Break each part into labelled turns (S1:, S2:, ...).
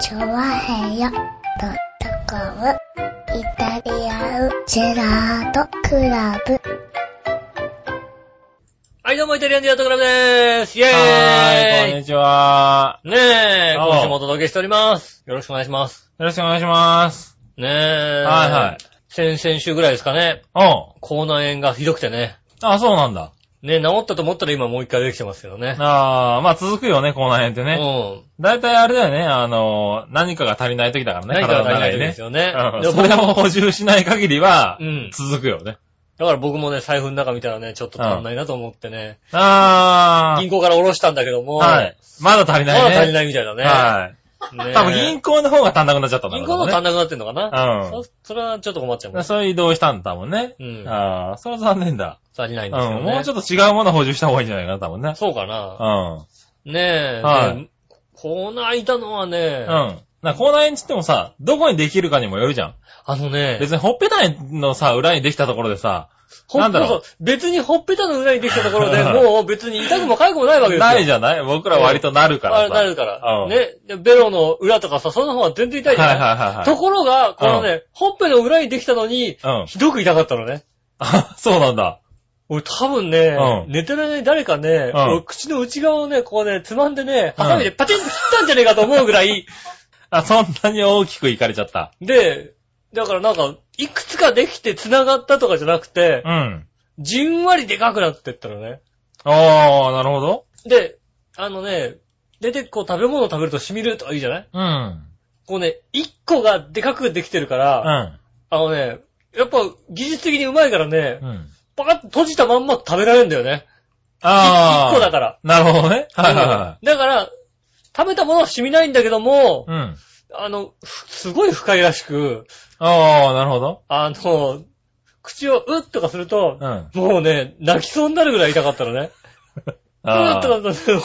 S1: チョワヘヨドットコムイタリアンジェラートクラブ。
S2: はい、どうも、イタリアンジェラートクラブでーすイェーイ
S3: はーい、こんにちは。
S2: ねえ、
S3: おう
S2: 今週もお届けしております。よろしくお願いします。
S3: よろしくお願いします。
S2: ねえ、
S3: はいはい。
S2: 先々週ぐらいですかね、
S3: おう。
S2: 口内炎がひどくてね。
S3: あ、そうなんだ。
S2: ねえ、治ったと思ったら今もう一回できてますけどね。
S3: あー、まあ続くよね、この辺ってね。だいたいあれだよね、あのー、何かが足りない時だから
S2: うん。
S3: ね、
S2: 何かが足りない
S3: 体の中
S2: ですよ
S3: で
S2: ね。
S3: ね。
S2: で
S3: うんそれ
S2: 僕
S3: を補充しない限りは
S2: う、ん。
S3: 続くよね。
S2: だから僕もね、財布の中見たらね、ちょっと足んないなと思ってね、
S3: あ
S2: 銀行から下ろしたんだけども、
S3: ー。はい。まだ足り
S2: ま
S3: ないね。
S2: だ足り
S3: い
S2: ないみたいだね。
S3: は
S2: ねえ
S3: い。多分銀行の方が足んなくなっちゃったんだ
S2: 銀行
S3: ろ
S2: の
S3: う
S2: 足
S3: ね。
S2: んなくなってんのかな
S3: うん
S2: そ、それはちょっと困っちゃうもんね。
S3: そういう移動したんだもんね。
S2: うん
S3: あー、それは残念だ。
S2: 足りない
S3: うんん、
S2: ですよね。
S3: もうちょっと違うもの補充した方がいいんじゃないかな、多分ね。
S2: そうかな。
S3: うん。
S2: ねえ。
S3: はい
S2: ねこないだのはね、
S3: うん。な、口内炎っつってもさ、どこにできるかにもよるじゃん。
S2: あのね、
S3: 別にほっぺたのさ、裏にできたところでさ、
S2: ほ
S3: なんだろう
S2: そうそう別にほっぺたの裏にできたところ で、
S3: はい
S2: もう別に痛くも痒くもないわけですよ。
S3: ないじゃない僕ら割となるから
S2: あ
S3: さ。
S2: なるから。
S3: うん
S2: ね。でベロの裏とかさ、その方は全然痛いじゃ
S3: は
S2: ない
S3: いはいはいはい。
S2: ところが、このね、ほっぺの裏にできたのに、
S3: うん。
S2: ひどく痛かったのね。
S3: あ、そうなんだ。
S2: 俺多分ね、
S3: うん
S2: 寝てる間に誰かね、
S3: うん
S2: 俺口の内側をね、こうね、つまんでね、ハサミでパチンと切ったんじゃねえかと思うぐらい、
S3: あ、そんなに大きくいかれちゃった。
S2: で、だからなんか、いくつかできて繋がったとかじゃなくて、
S3: うん。
S2: じんわりでかくなってったのね。
S3: ああ、なるほど。
S2: で、あのね、出てこう食べ物を食べると染みるとかいいじゃない
S3: うん。
S2: こうね、一個がでかくできてるから、
S3: うん。
S2: あのね、やっぱ技術的にうまいからね、
S3: うん。
S2: パカッと閉じたまんま食べられるんだよね。
S3: ああ。
S2: 一個だから。
S3: なるほどね。はいはいは
S2: だから、食べたものは染みないんだけども
S3: い。、うん。
S2: あの、ふすごい不快らしく、
S3: ああ、なるほど。
S2: あの、口をうっとかすると
S3: う、ん。
S2: もうね、泣きそうになるぐらい痛かったのね。う
S3: あ
S2: っと
S3: あ、
S2: かすると、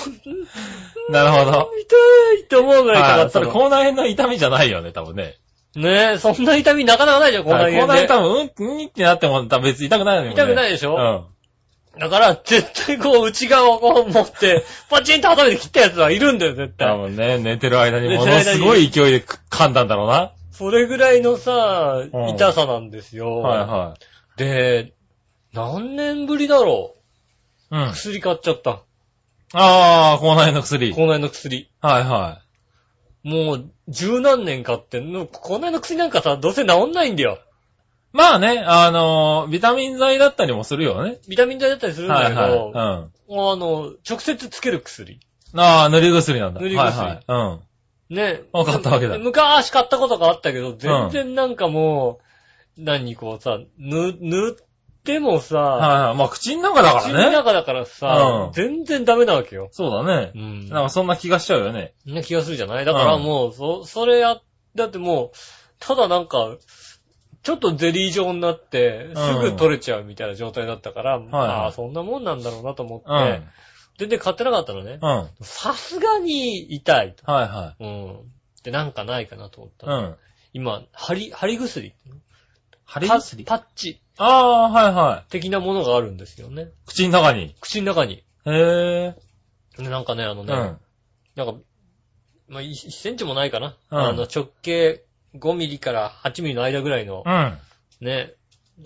S3: なるほど。
S2: 痛いって思うぐらい痛かっ
S3: はい。
S2: た
S3: そ
S2: の
S3: れ、。口内炎の痛みじゃないよね、多分ね。
S2: ねえ、そんな痛みなかなかないじゃん、こんな
S3: はい口
S2: 家
S3: 内
S2: で。
S3: 炎多分、うん、うんってなっても多分別に痛くないよね。
S2: 痛くない
S3: い
S2: でし
S3: う
S2: ょ、
S3: ん。
S2: だから、絶対こう、内側をこう持って、パチンと挟めて切ったやつはいるんだよ、絶
S3: 多
S2: 対。
S3: 分ね、寝てる間にものすごい勢いで噛んだんだろうな。
S2: それぐらいのさ
S3: う、ん
S2: 痛さなんですよ。
S3: はいは
S2: で、何年ぶりだろ
S3: い。うん
S2: う。薬買っちゃった。
S3: ああ、口内炎の薬。はい
S2: この辺の薬。
S3: は
S2: もう、十何年買ってんの。この辺の薬なんかさ、どうせ治んないんだよ。
S3: い。まあね、あのー、ビタミン剤だったりもするよね。
S2: ビタミン剤だったりするんだ
S3: は
S2: け
S3: い
S2: ど、
S3: はい。うん。あ
S2: もうあの、直接つける薬。
S3: あー、塗り薬なんだ。
S2: 塗り薬
S3: はいはい。
S2: ね。
S3: あ買ったわけだ
S2: 昔買ったことがあったけど、全然なんかもう、何こうさ、ぬ、塗ってもさ、
S3: うん。はいはい。まあ、口の中だか
S2: 口の
S3: らね。
S2: 中だからさ、
S3: うん
S2: 全然ダメなわけよ。
S3: そうだね
S2: う。ん。
S3: なんかそんな気がしちゃうよね。
S2: ね、気がするじゃないだからもう、そ、それや、だってもう、ただなんか、ちょっとゼリー状になって、すぐ取れちゃうみたいな状態だったから、まあ、そんなもんなんだろうなと思って、
S3: うん。うん。
S2: 全然買ってなかったのね。
S3: はい
S2: さすがに痛いと。
S3: は
S2: うん。で、なんかないかなと思った
S3: い。う
S2: ら。
S3: ん。
S2: 今、貼り、貼り薬
S3: 貼
S2: パ
S3: り薬
S2: パッチ
S3: ああー、はいは
S2: 的なものがあるんですよね。
S3: い。口の中に。
S2: 口の中に。
S3: へえ。
S2: でなんかね、あの
S3: う
S2: ね、
S3: ん。
S2: なんか、まあ、い1センチもないかな。
S3: うん
S2: あの、直径5ミリから8ミリの間ぐらいの
S3: う、ん。
S2: ね、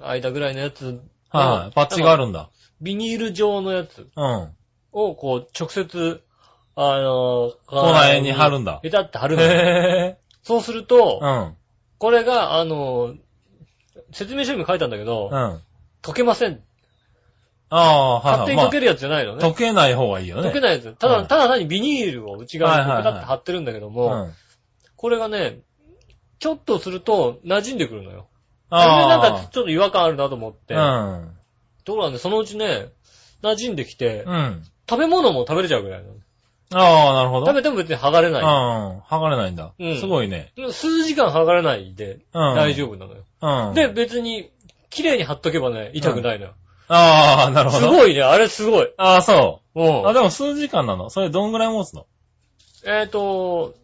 S2: 間ぐらいのやつ、
S3: はい。パッチがあるんだ。
S2: ビニール状のやつ
S3: うん。
S2: を、こう、直接、あの、
S3: 口内炎に貼るんだ
S2: ペタって貼るのよ。
S3: へえ。
S2: そうすると、
S3: うん。
S2: これが、あの、説明書にも書いたんだけど
S3: う、ん。
S2: 溶けません。
S3: ああ、はい
S2: 勝
S3: は
S2: 手
S3: い。
S2: に
S3: まあ
S2: 溶けるやつじゃないのね。
S3: 溶けない方がいいよね。
S2: 溶けないやつ。ただ、
S3: うん
S2: ただ単にビニールを内側に
S3: はい
S2: ペ
S3: はい
S2: タ
S3: はい
S2: って貼ってるんだけど
S3: う
S2: も、
S3: ん。
S2: これがね、ちょっとすると馴染んでくるのよ。それでなん
S3: あ
S2: かちょっと違和感あるなと思って。
S3: あ。
S2: ところがね、そのうちね、馴染んできて
S3: うん。、うん。
S2: 食べ物も食べれちゃうぐらいなの。
S3: ああ、なるほど。
S2: 食べても別に剥がれ
S3: うん。
S2: な
S3: 剥がれないんだ
S2: うん。
S3: すごいね。
S2: い。数時間剥がれないで
S3: うん。
S2: 大丈夫なのよ。
S3: 夫うん。
S2: で、、別に綺麗に貼っとけばね、痛くないのよ。
S3: ああ、なるほ
S2: す
S3: ど。い。
S2: ごいね、あれすごい。
S3: ああ、そうう。あ、
S2: ん。
S3: でも数時間なのそれどんぐらい持つの
S2: えっと、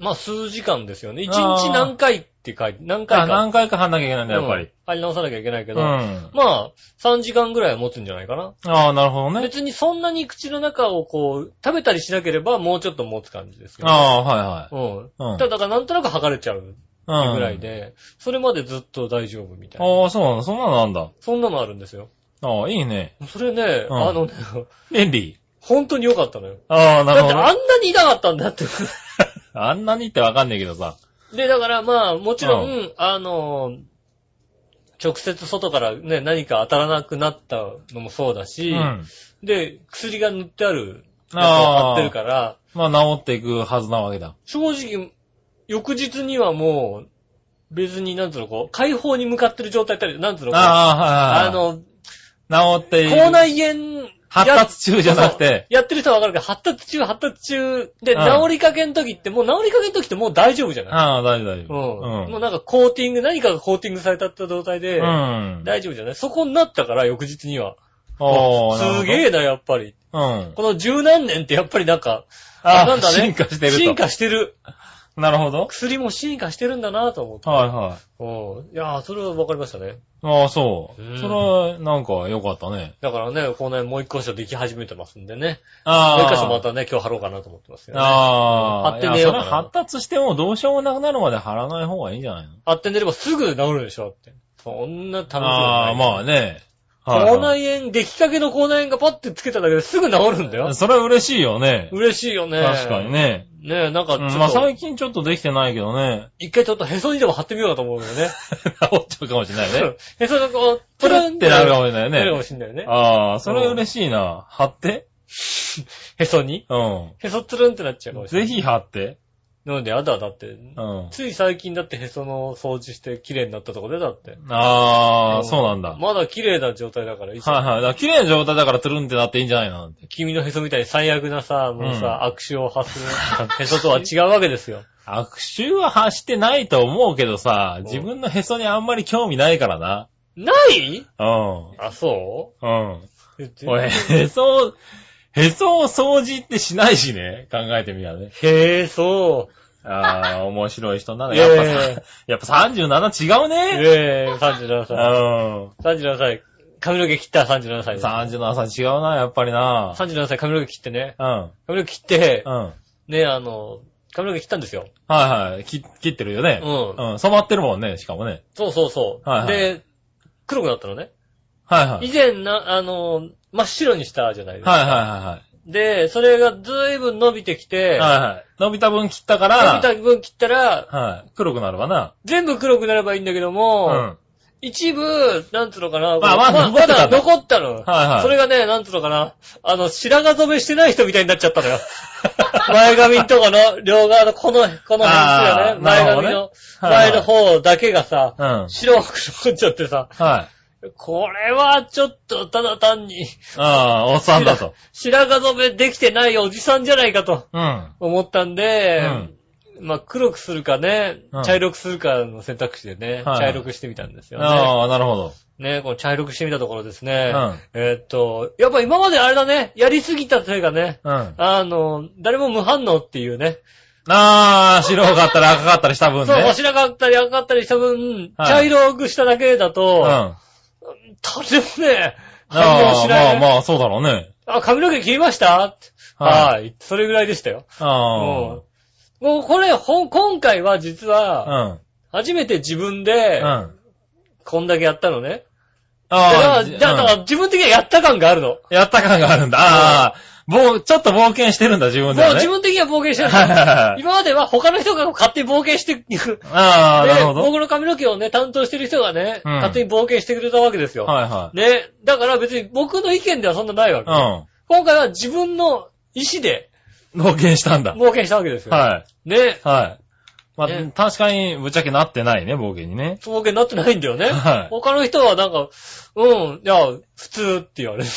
S2: まあ、数時間ですよね。一
S3: あ
S2: 日
S3: ー
S2: 何回って書いて、何回
S3: あ
S2: か。
S3: 何回か貼んなきゃいけないんだ、やっぱ
S2: うん
S3: り。
S2: 貼り直さなきゃいけないけ
S3: う
S2: ど、
S3: ん。
S2: まあ、3時間ぐらいは持つんじゃないかな。
S3: ああ、なるほどね。
S2: 別にそんなに口の中をこう、食べたりしなければもうちょっと持つ感じですけど、
S3: ああ、はい
S2: うん。
S3: はい。うん。
S2: ただ、だからなんとなく剥がれちゃう
S3: うん
S2: ぐらい。で、それまでずっと大丈夫みたいな。
S3: ああ、そうなんだ。そんなのあんだ。
S2: そんなのあるんですよ。
S3: ああ、いいね。
S2: それね、
S3: うん
S2: あのね、
S3: 便利。
S2: 本当に良かったのよ。
S3: ああ、
S2: だ
S3: なる
S2: っ
S3: ほ
S2: て
S3: ど。
S2: あんなに痛かったんだって。
S3: あんなにってわかんないけどさ。
S2: で、だからまあ、もちろん、
S3: う
S2: あのー、直接外からね、何か当たらなくなったのもそうだ
S3: う
S2: し、
S3: ん。
S2: で、薬が塗ってある、やつ
S3: あ
S2: が貼
S3: あ
S2: ってるから、
S3: まあ、治っていくはずなわけだ。
S2: 正直、翌日にはもう、別になんつうのこう、解放に向かってる状態だったり、なんつうのこう、
S3: あ
S2: あ
S3: あ、はいはいはい。
S2: の、
S3: 治ってい
S2: 口
S3: る。
S2: 内炎、
S3: 発達中じゃなくて。
S2: やってる人はわかるけど、発達中、発達中で、
S3: うん
S2: 治りかけの時って、もう治りかけの時ってもう大丈夫じゃない
S3: ああ、大丈夫大
S2: う
S3: 丈
S2: ん。
S3: 夫。
S2: もうなんかコーティング、何かがコーティングされたって状態で、
S3: うん。
S2: 大丈夫じゃないそこになったから、翌日には。
S3: おーなるほど
S2: すげえな、やっぱり。
S3: うん。
S2: この十何年ってやっぱりなんか、
S3: あ
S2: なんだね
S3: 進化してると。
S2: 進化してる。
S3: なるほど。
S2: 薬も進化してるんだなと思って。
S3: はいはい。
S2: うん。いやー、それはわかりましたね。
S3: ああ、そう。
S2: うん
S3: それは、なんか、良かったね。
S2: だからね、この辺もう一箇所でき始めてますんでね。
S3: ああ。
S2: もう一箇所またね、今日貼ろうかなと思ってますよ、ね。
S3: ああ。
S2: 貼ってねえようかない
S3: やそれ発達してもどうしようもなくなるまで貼らない方がいいんじゃないの
S2: 貼って寝ればすぐ治るでしょって。そんな楽しみ
S3: ああ、まあね。はい
S2: 口内炎、出来かけの口内炎がパッてつけただけですぐ治るんだよ。
S3: それは嬉しいよね。
S2: 嬉しいよね。
S3: 確かに。ね。
S2: ねえ、なんか
S3: う
S2: ち
S3: ん
S2: ょっと、
S3: まあ最近ちょっとできてないけどね。
S2: 一回ちょっとへそにでも貼ってみようかと思うけどね。
S3: 治っちゃうかもしれないね。
S2: へそがこう、
S3: プルンってなるかもしれない
S2: なるか
S3: ね
S2: も。しんないよね。
S3: ああ、それは嬉しいな。貼って
S2: へそに
S3: う
S2: へそつるんってなっちゃうか
S3: ん。
S2: もしれな
S3: ぜ
S2: い。
S3: ひ貼って。
S2: なので、あだだって、
S3: うん。
S2: つい最近だってへその掃除して綺麗になったとこでだって。
S3: ああ、そうなんだ。はい
S2: まだ綺麗な状態だから、いつも
S3: はい。だから綺麗な状態だからトゥルンってなっていいんじゃないのなんて。
S2: 君のへそみたいに最悪なさ、もう
S3: うん
S2: さ、悪手を発する へそとは違うわけですよ。
S3: 悪臭は発してないと思うけどさ
S2: う、ん
S3: 自分のへそにあんまり興味ないからな。
S2: ない
S3: うん。
S2: あ、そ
S3: うん。
S2: う
S3: 俺、へそを、へそを掃除ってしないしね。考えてみたらね。
S2: へえ、そ
S3: ああ、面白い人なんだ。
S2: いや
S3: や
S2: い
S3: っ
S2: やい
S3: ぱ
S2: や
S3: さ、やっぱ37違う
S2: う。
S3: ね。
S2: ええ、37
S3: う
S2: 歳。
S3: ん。
S2: 37歳。髪の毛切った37歳です。
S3: 37歳違うな、やっぱりな。
S2: 37歳髪の毛切ってね。
S3: うん。うん。
S2: 髪の毛切って、
S3: はい
S2: ね、あの、髪の毛切ったんですよ。
S3: はい。切切ってるよね
S2: う。ん。
S3: うん。染まってるもんね、しかもね。
S2: そうそうそう。
S3: はいはい
S2: で、黒くなったのね。
S3: はいはい。
S2: 以前な、あの、真っ白にしたじゃないですか。
S3: はいは
S2: で、それが随分伸びてき
S3: いはいはい。
S2: て、
S3: はいはい。伸びた分切ったか
S2: 伸
S3: ら、
S2: びた分切ったら、
S3: はい。黒くなるわな。
S2: 全部黒くなればいいんだけど
S3: う
S2: も、
S3: ん。
S2: 一部、なんつうのかな。
S3: まあまあ
S2: ま
S3: 残ってた
S2: だ
S3: んだ
S2: 残ったの。
S3: はいはい
S2: それがね、なんつうのかな。あの、白髪染めしてない人みたいになっちゃったの よ。前髪とかの、両側のこの、この辺ですよ
S3: あ
S2: ね。
S3: ー
S2: 前
S3: なるほ
S2: 髪
S3: どね
S2: の、
S3: はい
S2: 前の方だけがさ、
S3: うん。
S2: 白く残っちゃってさ、
S3: はい。
S2: これはちょっとただ単に、
S3: ああ、おっさんだと。
S2: 白髪染めできてないおじさんじゃないかと
S3: うん。
S2: 思ったん
S3: う
S2: で、
S3: ん。
S2: まあ黒くするかね
S3: う、ん
S2: 茶色くするかの選択肢でね、
S3: はい
S2: 茶色くしてみたんですよね。
S3: ああ、なるほど。
S2: ね、この茶色くしてみたところですね。
S3: うん
S2: えーっと、やっぱ今まであれだね、やりすぎたというかね、
S3: うん。あ
S2: あの、誰も無反応っていうね。
S3: あ、白かったり赤かったりした分ね。
S2: そう、面白かったり赤かったりした分、
S3: はい
S2: 茶色くしただけだ
S3: うん。
S2: と、
S3: あ
S2: 誰もね、反応
S3: あ
S2: し、
S3: ま
S2: ない、
S3: あまあ、そうだろうね。
S2: あ、髪の毛切りました
S3: は
S2: はい。それぐらいでしたよ。
S3: あ
S2: うんもうこれ、ほん、今回は実は、
S3: あ。うん。
S2: 初めて自分で
S3: うん。、あ
S2: こんだけやったのね。だから、
S3: あ。
S2: だからだから
S3: うん
S2: 自分的にはやった感があるの。
S3: やった感があるんだ。ああ。ぼう、ちょっと冒険してるんだ、自
S2: も
S3: 分
S2: う
S3: ではね。
S2: 自分的には冒険してる
S3: はいはいはい
S2: 今までは他の人が勝手に冒険して、
S3: ああ、な
S2: ね
S3: るほど。
S2: 僕の髪の毛をね、担当してる人がね、
S3: うん
S2: 勝手に冒険してくれたわけですよ。
S3: はいは
S2: ね。だから別に僕の意見ではそんなないわけ。
S3: い。
S2: 今回は自分の意思で
S3: うん。冒険したんだ。
S2: 冒険したわけですよ。
S3: はい。
S2: ね。
S3: はい。まあ
S2: ね、
S3: 確かに、ぶっちゃけなってないね、冒険にね。
S2: 冒険になってないんだよね。
S3: はい
S2: 他の人はなんか、うん、いや、普通って言われて。い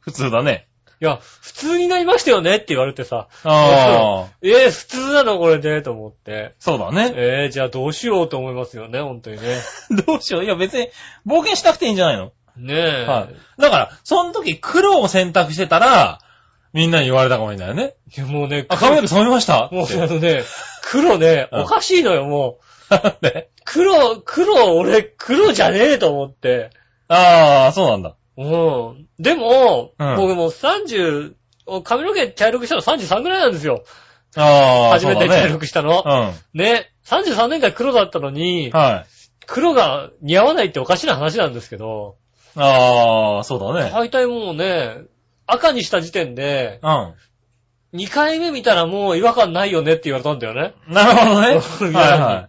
S3: 普通だね。
S2: や、普通になりましたよねって言われてさ。
S3: ああ、
S2: えー、普通なのこれで、と思って。
S3: そうだね。
S2: えー、じゃあどうしようと思いますよね、本当にね。
S3: どうしよう。いや、別に、冒険しなくていいんじゃないの
S2: ねえ。
S3: はい。だから、その時、黒を選択してたら、みんなに言われたかもしれないよね。
S2: いやもうね、
S3: あ、髪の毛染めましたっ
S2: もうあ
S3: て。
S2: のね、黒ね、
S3: うん
S2: おかしいのよ、も
S3: なん で
S2: 黒、黒、俺、黒じゃねえと思って。
S3: ああ、そうなんだ。
S2: うん。でも、
S3: うん
S2: 僕もう30、お髪の毛茶色くしたの33ぐらいなんですよ。
S3: ああ、
S2: 初めて茶色
S3: く
S2: くしたの。ね。33年間黒だったのに
S3: うん。、はい。
S2: 黒が似合わないっておかしな話なんですけど、
S3: ああ、そうだね。
S2: 大体もうね、赤にした時点で、
S3: う
S2: 2回目見たらもう違和感ないよねって言われたんだよね。
S3: ん。なるほど ね。
S2: いや
S3: はいはい。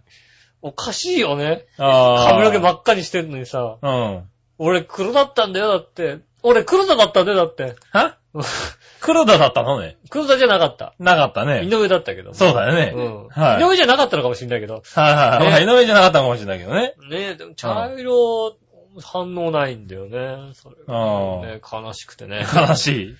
S2: おかしいよね。
S3: ああ。
S2: 髪の毛真っ赤にしてんのにさ、
S3: うん。
S2: 俺黒だったんだよ、だって。俺黒田だったんだよ、だって。
S3: は黒田だったのね。
S2: 黒田じゃなかった。
S3: なかった
S2: 井
S3: ね。
S2: 上だったけど。
S3: そうだよね。
S2: うん。
S3: はい。
S2: 井上じゃなかったのかもしれないけど。
S3: はいはい。
S2: ね
S3: まあ、井上じゃなかったかもしれないけどね。
S2: ねえ、でも茶色、反応ないんだよね。それ
S3: ああ
S2: ね、悲しくて ね。
S3: 悲し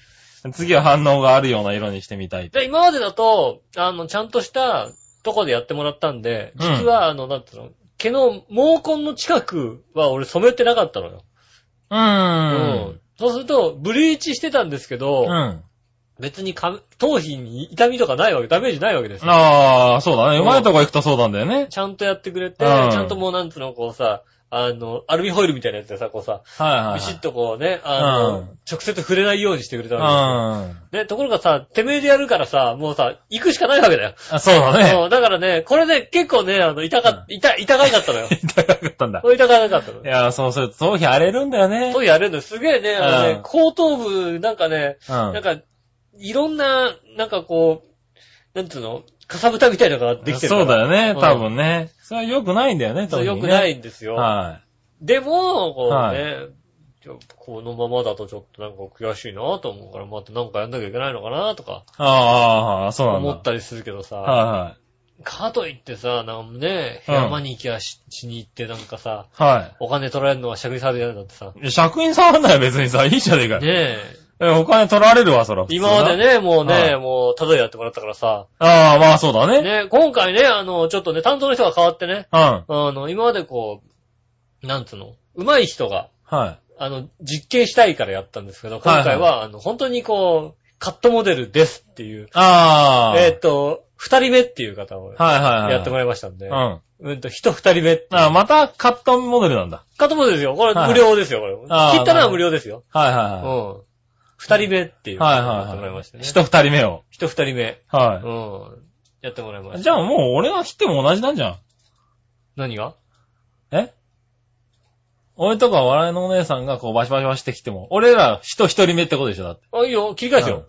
S3: い。次は反応があるような色にしてみたい。
S2: で、今までだと、あの、ちゃんとしたとこでやってもらったんで、
S3: うん
S2: 実は、あの、なんていうの、毛の毛根の近くは俺染めてなかったのよ。
S3: うー。
S2: うんそうすると、ブリーチしてたんですけど、
S3: うん。
S2: 別に髪頭皮に痛みとかないわけ、ダメージないわけですよ。
S3: ああ、そうだね。
S2: う
S3: うんまいとこ行くとそうなんだよね。
S2: ちゃんとやってくれて、ち
S3: うん
S2: ゃんともうなんつうの、こうさ、あの、アルミホイルみたいなやつでさ、こうさ、
S3: はいはい
S2: ビシッとこうね、あの、
S3: うん
S2: 直接触れないようにしてくれたわ
S3: はい。うん。
S2: けですよ。ね、ところがさ、てめえでやるからさ、もうさ、行くしかないわけだよ。
S3: あ、そうだね。
S2: うんだからね、これね、結構ね、あの、痛か、痛、痛がいかったの よ。
S3: 痛かったんだ
S2: こ。れ痛がいかったの
S3: い。やー、そうすると頭皮荒れるんだよね。
S2: そうやれるのすげえね、あの
S3: う
S2: ね
S3: ん、
S2: 後頭部、なんかね、
S3: う
S2: なん
S3: ん。
S2: か、いろんな、なんかこう、なんつうの、かさぶたみたいなのができてるか
S3: そ
S2: ら。
S3: うだよね
S2: う、ん
S3: 多分ね。それは良くないんだよね、
S2: そ
S3: 多
S2: う
S3: 分。。
S2: 良くないいんですよ。
S3: は
S2: でも、こうね、
S3: は
S2: ちょこのままだとちょっとなんか悔しいなと思うから、またなんかやんなきゃいけないのかなとか
S3: い。ああ、そうなんだ。
S2: 思ったりするけどさ、
S3: は
S2: かといってさ、なんかね、
S3: うん
S2: ヘアマニキュアししに行ってなんかさ、
S3: いはい。は
S2: お金取られるのは借りされるんだってさ、
S3: い。職員さんはなら別にさ、いいじ ゃねえか
S2: ね
S3: よ。
S2: え、
S3: えお金取られるわ、そら。普通な
S2: 今まで。ね、もうね、
S3: はい
S2: もう、ただでやってもらったからさ、
S3: ああ、まあそうだね。
S2: ね、今回ね、あの、ちょっとね、担当の人が変わってね、
S3: うん。
S2: あの、今までこう、なんつうの、上手い人が、
S3: はい。
S2: あの、実験したいからやったんですけど、今回は、あの、本当にこう、カットモデルですっていう、
S3: ああ。
S2: えっと、二人目っていう方を
S3: はいはいはい。
S2: やってもらいましたんで、
S3: うん。
S2: うんと、人二人目っていう
S3: あまたカットモデルなんだ。
S2: カットモデルですよ。これ
S3: はい
S2: 無料ですよ、これ。
S3: あー
S2: 切ったのは無料ですよ。
S3: はいは
S2: う
S3: いは
S2: ん。二人目ってい
S3: い。
S2: う方を
S3: は
S2: やっ
S3: い
S2: て
S3: は
S2: も
S3: い
S2: らい
S3: は
S2: ま
S3: い
S2: した。ね。
S3: 人二人目を。
S2: 人二人目。う
S3: は
S2: ん。やってもらいま
S3: い。
S2: し
S3: じ
S2: た。
S3: ゃあもう俺が切っても同じなんじゃん。
S2: 何が
S3: え俺とか笑いのお姉さんがこうバシバシバシって切っても、俺ら人一人目ってことでしょ、だって。
S2: あ、いいよ、切り替えてよ。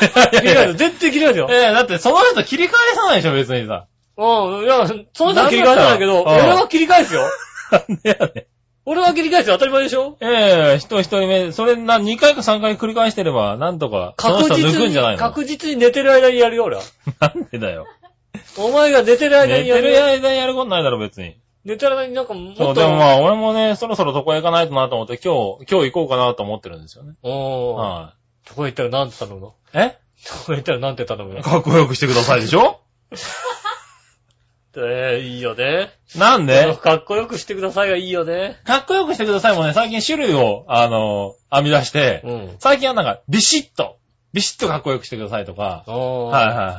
S3: い
S2: 切り
S3: や
S2: 替え
S3: いや
S2: てよ。絶対切り替えてよ。
S3: ええだってその人切り返さないでしょ、別にさ。
S2: うん、いや、その人は切り替えてないけど、
S3: なんだったら
S2: 俺は切り返すよ。
S3: なんでやね
S2: 俺は切り返すよ。当たり前でしょ
S3: ん。ええ人一人目、それな、2回か3回繰り返してれば、なんとか、その
S2: 確実
S3: 人抜くん
S2: に
S3: じゃない、の
S2: 確実に寝てる間にやるよ、俺は。
S3: なんでだよ。
S2: お前が寝てる
S3: 寝
S2: 間にや
S3: て
S2: る
S3: る
S2: よ。
S3: 間にやることないだろ、別に。
S2: 寝てる間になんかもっ
S3: そ
S2: と。
S3: う、でもまあ、俺もね、そろそろ床へ行かないとなと思って、今日、今日行こうかなと思ってるんですよね。
S2: うん。
S3: は
S2: どこ行ったらなんて頼むの
S3: い。え
S2: どこ行ったらなんて頼むの
S3: かっこよくしてくださいでしょ
S2: ええ、いいよね。
S3: なんで
S2: かっこよくしてくださいがいいよね。
S3: かっこよくしてくださいもね、最近種類を、あの、編み出して、
S2: うん。
S3: 最近はなんか、ビシッと、ビシッとかっこよくしてくださいとか、はいはい
S2: は
S3: はい。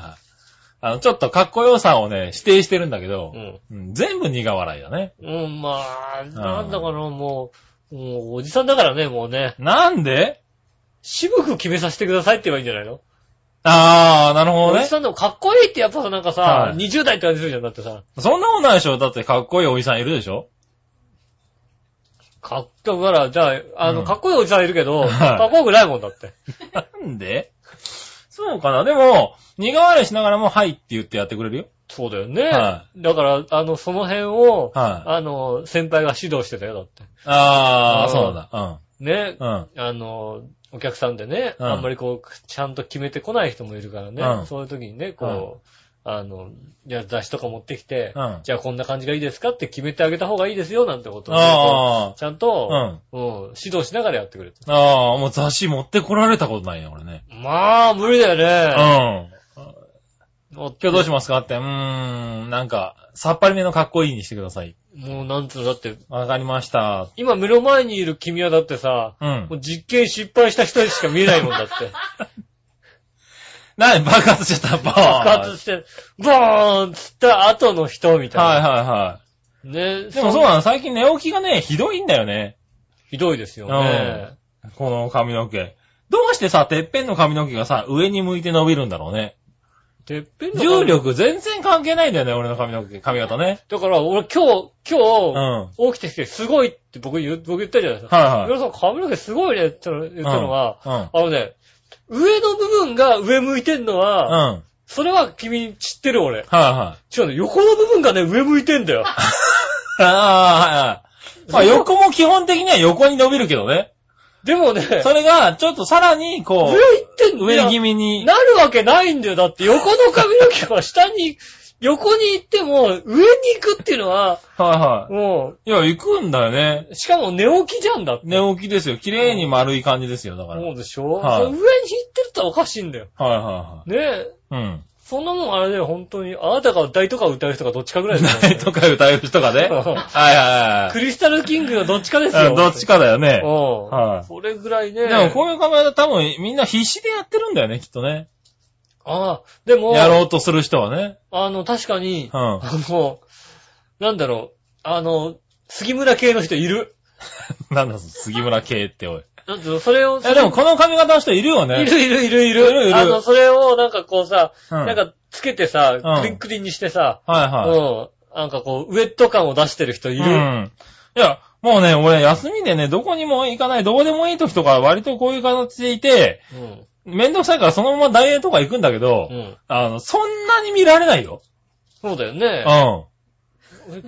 S3: あの、ちょっとかっこよさをね、指定してるんだけど
S2: う、ん。
S3: うん全部苦笑いだね。
S2: うん、まあ、なんだかな、もう、もう、おじさんだからね、もうね、
S3: なんで
S2: 渋く決めさせてくださいって言えばいいんじゃないの
S3: あー、なるほ
S2: お
S3: ど
S2: じ
S3: ね。
S2: さんでもかっこいいってやっぱなんかさ、
S3: はい
S2: 20代って感じするじゃん、だってさ。
S3: そんなことないでしょだってかっこいいおじさんいるでし ょ
S2: かっこいいから、じゃあ、あの、
S3: うん
S2: かっこいいおじさんいるけど、
S3: はい
S2: かっこよくないもんだって。
S3: なんでそうかなでも、苦笑いしながらも、はいって言ってやってくれるよ。
S2: そうだよね。
S3: は
S2: だから、あの、その辺を、
S3: はい。
S2: あの、先輩が指導してたよ、だって。
S3: あ
S2: うん
S3: ー、そうなんだ。
S2: ね、
S3: うん。うん。
S2: あの、お客さんでね、
S3: うん
S2: あんまりこう、ちゃんと決めてこない人もいるからね、
S3: うん
S2: そういう時にね、こう、あの、いや、雑誌とか持ってきて、
S3: うん
S2: じゃあこんな感じがいいですかって決めてあげた方がいいですよ、なんてことをね
S3: あ
S2: ちゃん
S3: ー、う
S2: と、
S3: ん。
S2: うん、指導しながらやってくれて。
S3: あー、もう雑誌持ってこられたことないね、俺ね。
S2: まあ、無理だ
S3: うん。
S2: よね。今
S3: 今日どうしますかって、うーん、なんか、さっぱりめのかっこいいにしてください。
S2: もうなんつうの、だって、
S3: わかりました。
S2: 今目の前にいる君はだってさ、
S3: うん
S2: も。う実験失敗した人にしか見えないもんだって。
S3: 何爆発しちゃった
S2: 爆
S3: 爆
S2: 発して、ボーンっつった後の人みたいな。
S3: はいはいは
S2: ね
S3: い。でもそうなの、最近寝起きがね、ひどいんだよね。
S2: ひどいですよね。
S3: この髪の毛。どうしてさ、てっぺんの髪の毛がさ、上に向いて伸びるんだろうね。
S2: てっぺんの髪
S3: 重。力全然関係ないんだよね、俺の髪の毛、髪型ね。
S2: だから、俺今日、
S3: うん。
S2: 今
S3: は
S2: 日、起きてきて、すごいって僕言う、僕言ったじゃないです
S3: い
S2: か。
S3: はい。
S2: 皆さん髪の毛すごいねって言ったのは、
S3: う
S2: あのね、上の部分が上向いてんの
S3: ん。うん。
S2: は、
S3: はい
S2: それは君知ってる俺。
S3: はい。
S2: 違うね、横の部分がね、上向いてん だよ。
S3: ああ、はいはい。まあ横も基本的には横に伸びるけどね。
S2: でもね、
S3: それが、ちょっとさらに、
S2: 上
S3: こ
S2: 行ってん
S3: う、
S2: の
S3: 上気
S2: い
S3: 味
S2: や
S3: に。
S2: なるわけないんだよ。だって横の髪の毛は下に、 横に行っても、上に行くっていうのは、
S3: はいは
S2: も
S3: い。いや、行くんだよね。
S2: う、しかも寝起きじゃんだって。
S3: 寝起きですよ。綺麗に丸い感じですよ、だから。は
S2: 思
S3: いう
S2: でしょ、
S3: はい
S2: それ上に行ってるっておかしいんだよ。ねえ。
S3: はいはい。うん。
S2: そんなもんあれだよ、本当に。あなたが大とか歌う人がどっちかぐらいだよ
S3: 誰とか歌う人がね。はい
S2: そう
S3: はい
S2: クリスタルキングのどっちかです
S3: はい
S2: よ。
S3: うん。どっちかだよね
S2: う。ん。
S3: はい
S2: それぐらいね。
S3: でも、こういう考え方多分みんな必死でやってるんだよね、きっとね。
S2: ああ、でも、
S3: やろうとする人はね。
S2: あの、確かに、
S3: う ん。
S2: あ の、なんだろう、あの、杉村系の人いる。
S3: なんだ、杉村系っておい。
S2: なんていうのそれを、
S3: いや、でもこの髪型の人いるよね。
S2: いるいるいるい
S3: いるい
S2: る。
S3: る
S2: あの、それをなんかこうさ、
S3: うん
S2: なんかつけてさ、
S3: うん
S2: クリンクリンにしてさ、
S3: はいうは
S2: ん。
S3: い。
S2: なんかこう、ウェット感を出してる人いる。
S3: うん。いや、もうね、俺、休みでね、どこにも行かない、どうでもいい時とか、割とこういう形でいて、
S2: うん。
S3: めんどくさいからそのまま大英とか行くんだけど、
S2: うん。
S3: あの、そんなに見られないよ。
S2: そうだよ
S3: う
S2: ね
S3: ん。。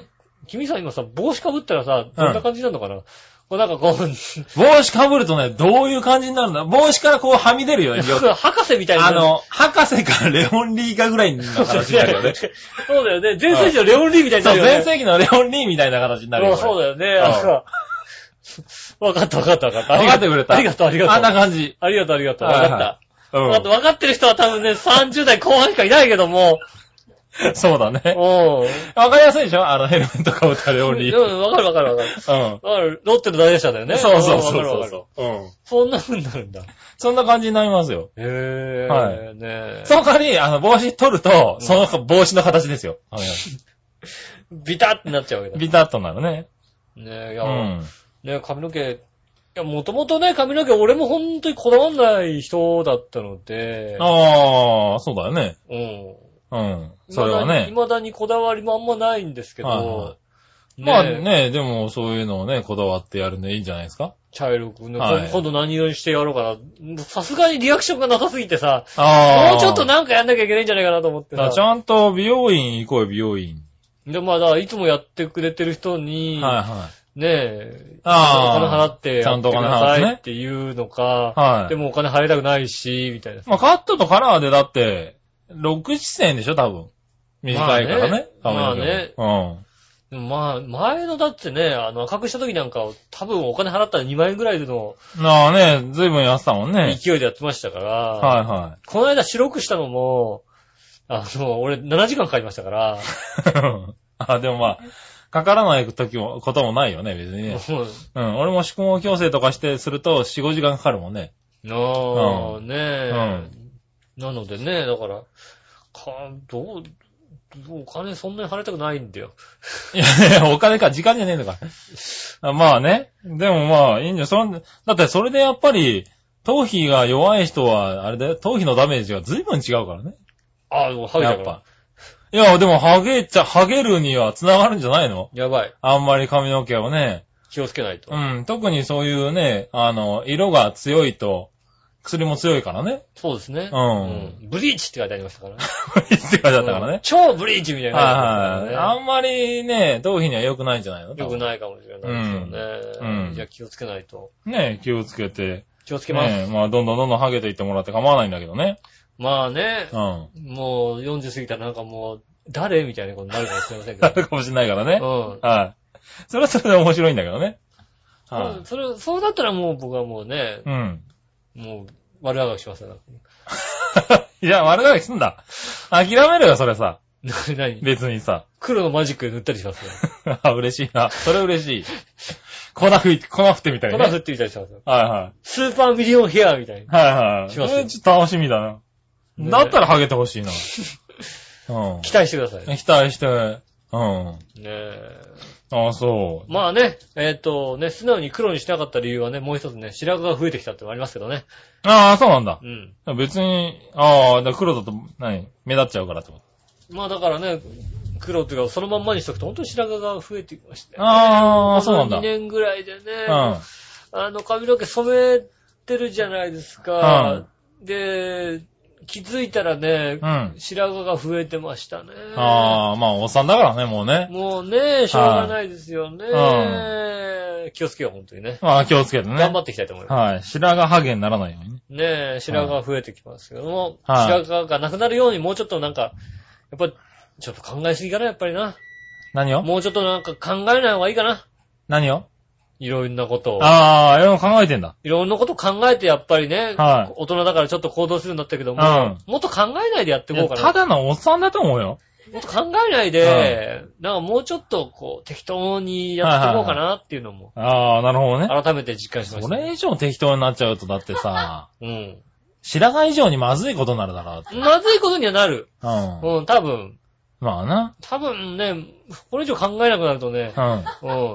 S2: 君さ、今さ、帽子かぶったらさ、どんな感じになるのかな、こうなんかこう、
S3: 帽子かぶるとね、どういう感じになるんだ帽子からこうはみ出るよね、よ
S2: 博士み たいな。
S3: あの、博士かレオンリーかぐらい の形になるよね。
S2: そうだよね。前世紀のレオンリーみたいにな
S3: そう、
S2: るよね。
S3: 前世紀のレオンリーみたいな形になるよ
S2: う
S3: ね。
S2: んそうだよね。
S3: ん
S2: なんかわかったわかったわかった。
S3: わかってくれた
S2: ありがとうありが
S3: あん
S2: と
S3: な
S2: う。
S3: 感じ。
S2: ありがとうありがとう。わ
S3: はい
S2: か
S3: はい
S2: った。
S3: うん
S2: わかったわかってる人は多分ね、30代後半しかいないけども。
S3: そう だね。
S2: うん。
S3: わかりやすいでしょあの、ヘルメットかぶったレオンリ
S2: う
S3: ー。
S2: ん、わかるわかるわかる。
S3: うん。
S2: わかる。ロッテの大社だよね。
S3: そうそうそ
S2: んわか
S3: う
S2: るわ
S3: そ
S2: かる。
S3: う。うん。
S2: そんな風になるんだ。
S3: そんな感じになりますよ。
S2: へ
S3: は
S2: ー。ねえ
S3: その代わり、あの、帽子取ると、
S2: うん
S3: その帽子の形ですよ。はい
S2: ビタってなっちゃうわけだ。ね
S3: ビタッとなるね。
S2: え、いうや、
S3: ん。
S2: ね、髪の毛、いや、もともとね、髪の毛、俺も本当にこだわんない人だったので、
S3: ああ、そうだよね。
S2: うん。
S3: うん。それは
S2: 未だに
S3: ね。
S2: 未だにこだわりもあんまないんですけど、
S3: はいは
S2: ね
S3: まあね、でもそういうのをね、こだわってやるんでいいんじゃないですか
S2: 茶色くね、
S3: はい
S2: 今度何色にしてやろうかな。さすがにリアクションがなさすぎてさ、
S3: ああ。
S2: もうちょっと。なんかやんなきゃいけないんじゃないかなと思って
S3: だから
S2: さ
S3: ち。ゃんと美容院行こうよ、美容院。
S2: で、まあだから、いつもやってくれてる人に、
S3: はいは
S2: ねえ、
S3: あー
S2: お金払って
S3: ち
S2: や
S3: ゃ
S2: っ
S3: ん
S2: て
S3: と
S2: く
S3: お金
S2: だ
S3: 払
S2: さ
S3: ってね
S2: いっていうのか、
S3: い。は
S2: で
S3: い。
S2: もお金払いたくないし、みたいな。
S3: まあカットとカラーでだって、6視線でしょ、多分。短いからね。
S2: まあね
S3: 髪の毛も
S2: でもまあ、前のだってね、あの、赤くした時なんか、多分お金払ったら2万円ぐらいでの
S3: うん。まあね、ずいぶんやってたもんね。
S2: 勢いでやってましたから、
S3: はいは
S2: この間白くしたのも、あの、俺7時間かかりましたから、
S3: い。 あ、でもまあ、かからない時も、こともないよね、別にね。
S2: もう
S3: うん、俺も宿毛矯正とかしてすると4、5時間かかるもんね。
S2: ああ、ねえ、
S3: うん
S2: なのでね、だから、か、どう、どうお金そんなに払いたくないんだよ。
S3: いやいや、お金か、時間じゃねえのか。あまあね。でもまあ、いいんじゃん。そんだってそれでやっぱり、頭皮が弱い人は、あれだよ、頭皮のダメージが随分違うからね。
S2: ああ、でもハゲ
S3: や
S2: だか
S3: っ
S2: ら
S3: ぱ。。いや、でも、ハゲちゃ、ハゲるには繋がるんじゃないの
S2: やばい。
S3: あんまり髪の毛をね。
S2: 気をつけないと。
S3: うん、特にそういうね、あの、色が強いと、薬も強いからね。
S2: そうですね。
S3: うん
S2: うんブリーチって書いてありましたからね。
S3: って感じだったから
S2: うん
S3: ね。
S2: 超ブリーチみたいな
S3: は
S2: の書い
S3: いは
S2: て
S3: い。
S2: あ
S3: あんまりね、頭皮には良くないんじゃないの
S2: りましたからね。よくないかもしれないですよね。
S3: うん
S2: いや、気をつけないと。
S3: ね気をつけて。
S2: 気をつけます。
S3: ねまあ、どんどんどんどんハゲていってもらって構わないんだけどね。
S2: まあね、
S3: うん。
S2: もう40過ぎたらなんかもう、誰みたいなことになるかもしれませんけ
S3: な
S2: ど。
S3: るかもしれないからね。
S2: うん。
S3: はい。それはそれで面白いんだけどね。は
S2: それ、そうだったらもう僕はもうね
S3: い。、うん。
S2: もう、悪あがきしますよ。
S3: いや、悪ガキすんだ。諦めろよ、それさ。
S2: な何
S3: 別にさ。
S2: 黒のマジックで塗ったりしますよ。
S3: あ嬉しいな。それ嬉しい。粉吹いて、粉振ってみたい
S2: 粉
S3: ね。
S2: 振ってみたりしますよ。
S3: はいはい。
S2: スーパーミリオンヘアみたいに。
S3: はいはい。
S2: します
S3: えーちょっと楽しみだな。
S2: ね
S3: だったらハゲてほしいな。 うん。
S2: 期待してください。ね
S3: 期待して、うん。
S2: え。
S3: ああ、そう。
S2: まあね、えっ、とね、素直に黒にしなかった理由はね、もう一つね、白髪が増えてきたってのもありますけどね。
S3: ああ、そうなんだ
S2: う。ん。
S3: 別に、ああ、だから黒だと、何目立っちゃうからってこと。
S2: まあだからね、黒っていうか、そのまんまにしとくと、本当に白髪が増えてきまして、
S3: ああ、そうなんだ。
S2: 2
S3: うん。
S2: 年ぐらいでね、
S3: あ
S2: あの、髪の毛染めてるじゃないですか。で、気づいたらね、
S3: うん
S2: 白髪が増えてましたね。
S3: あ、まあ、おっさんだからね、もうね。
S2: もうね、しょうがないですよね。気をつけよう、本当にね。
S3: まあ、気をつけてね。
S2: 頑張っていきたいと思います。
S3: はい。白髪ハゲにならないようにね。
S2: ねえ、白髪が増えてきますけども、
S3: はい
S2: 白髪がなくなるようにもうちょっとなんか、やっぱり、ちょっと考えすぎかな、やっぱりな。
S3: 何を
S2: もうちょっとなんか考えない方がいいかな。
S3: 何を
S2: いろんなことを。
S3: ああ、いろいろ考えてんだ。
S2: いろんなこと考えて、やっぱりね、
S3: はい
S2: 大人だからちょっと行動するんだったけども、
S3: うん
S2: もっと考えないでやっていこうか
S3: た
S2: な。
S3: だのおっさんだと思うよ。
S2: もっと考えないで、なんかもうちょっとこう、適当にやっていこうかなっていうのも、
S3: ああ、なるほどね。
S2: 改めて実感しまし
S3: そ
S2: た、
S3: れ以上適当になっちゃうと、だってさ、
S2: うん。
S3: 白髪以上にまずいことになるだろうって。
S2: まずいことにはなる。
S3: うん。
S2: うん、多分。
S3: まあな。
S2: 多分ね、これ以上考えなくなるとね、
S3: うん。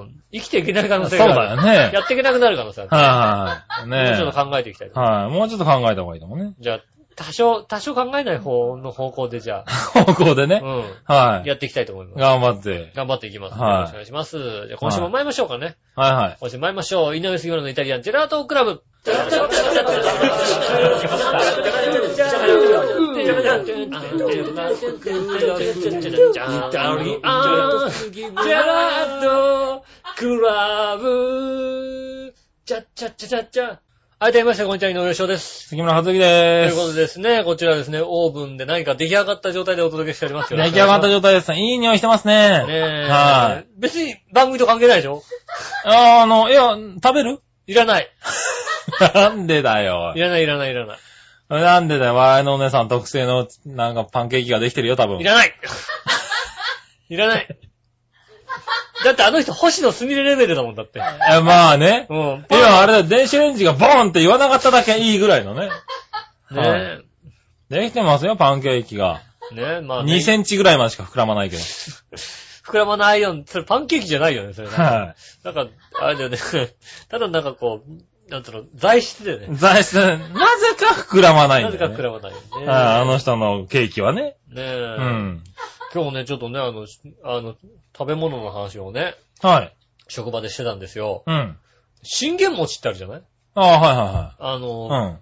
S2: うん。生きていけない可能
S3: そ
S2: 性
S3: う
S2: がある。
S3: だよね。
S2: やっていけなくなる可能性あ
S3: はいはい
S2: る。もうちょっ
S3: ね
S2: と考えていきたいと
S3: え。。はい。もうちょっと考えた方がいいと思うね。
S2: じゃあ、多少、多少考えない方の方向で、じゃあ、
S3: 方向でね。
S2: う
S3: は
S2: ん。
S3: い。
S2: やっていきたいと思います。
S3: 頑張って。
S2: 頑張っていきます。
S3: はい
S2: よろしくお願いします。じゃあ今週も参りましょうかね。
S3: はいはい。
S2: 今週参りましょう。井上杉村のイタリアンジェラートクラブ。はい、どうもみなさん、こんにちは、井上翔です。
S3: 杉村和樹
S2: と
S3: で
S2: いうこと
S3: す。
S2: でですね、こちらですね、オーブンで何か出来上がった状態でお届けしておりますよ
S3: 出来上がった状態です。いい匂いしてます
S2: ね
S3: ね。
S2: え。
S3: はい。
S2: 別に番組と関係ないでしょ
S3: あーあの、いや、食べる
S2: いらない。
S3: なんでだよ
S2: い。らない、いらない、いらない。
S3: なんでだよ。笑いのお姉さん特製の、なんかパンケーキができてるよ、多分
S2: い。らない。いらない。だってあの人、星野すみれレベルだもんだって。
S3: え、まあね。
S2: うん。パン
S3: 今あれだ、電子レンジがボーンって言わなかっただけいいぐらいのね。は
S2: ね
S3: できてますよ、パンケーキが。
S2: え。ねえ、まあ、ね、
S3: 2センチぐらいまでしか膨らまないけど。
S2: 膨らまないように、それパンケーキじゃないよね、それね。
S3: は
S2: なんか、あれだよね。 ただなんかこう、なんつうの、材質だよ
S3: い。
S2: ね。
S3: 材質、なぜか膨らまない
S2: なんぜ
S3: だ
S2: か
S3: よ、
S2: 膨
S3: ね。
S2: らまないよね。
S3: はいあの人のケーキはね。
S2: ねえ、
S3: うん。
S2: 今日ね、ちょっとね、あの、あの、食べ物の話をね、
S3: はい。
S2: 職場でしてたんですよ。
S3: うん。
S2: 信玄餅ってあるじゃない
S3: ああ、は
S2: あ
S3: い
S2: の、
S3: はいはい。うん。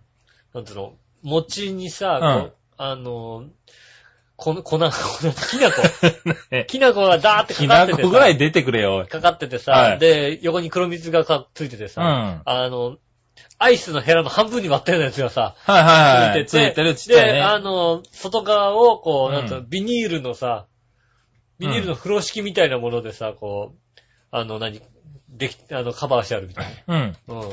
S2: なんつうの、餅にさ、
S3: うん
S2: こうあの、この、粉、粉、 きな粉。
S3: ね
S2: きな粉がダーってか
S3: き
S2: か
S3: な
S2: ってて
S3: こ
S2: さ。
S3: ぐらい出てくれよ。
S2: かかっててさ、
S3: はい
S2: で、横に黒蜜がかついてて
S3: う
S2: さ、
S3: ん。はい
S2: あの、アイスのヘラの半分に割ったようなやつがさ、
S3: はいはい。
S2: つ
S3: つ
S2: いてて、
S3: いてるちっちゃい
S2: で、あ
S3: ね。
S2: の、外側をこう、なんつうの
S3: う
S2: ビニールのさ、ビニールの風呂敷みたいなものでさ、こう、あの、何、でき、あの、カバーしてあるみたい
S3: うん。はい
S2: な。うん。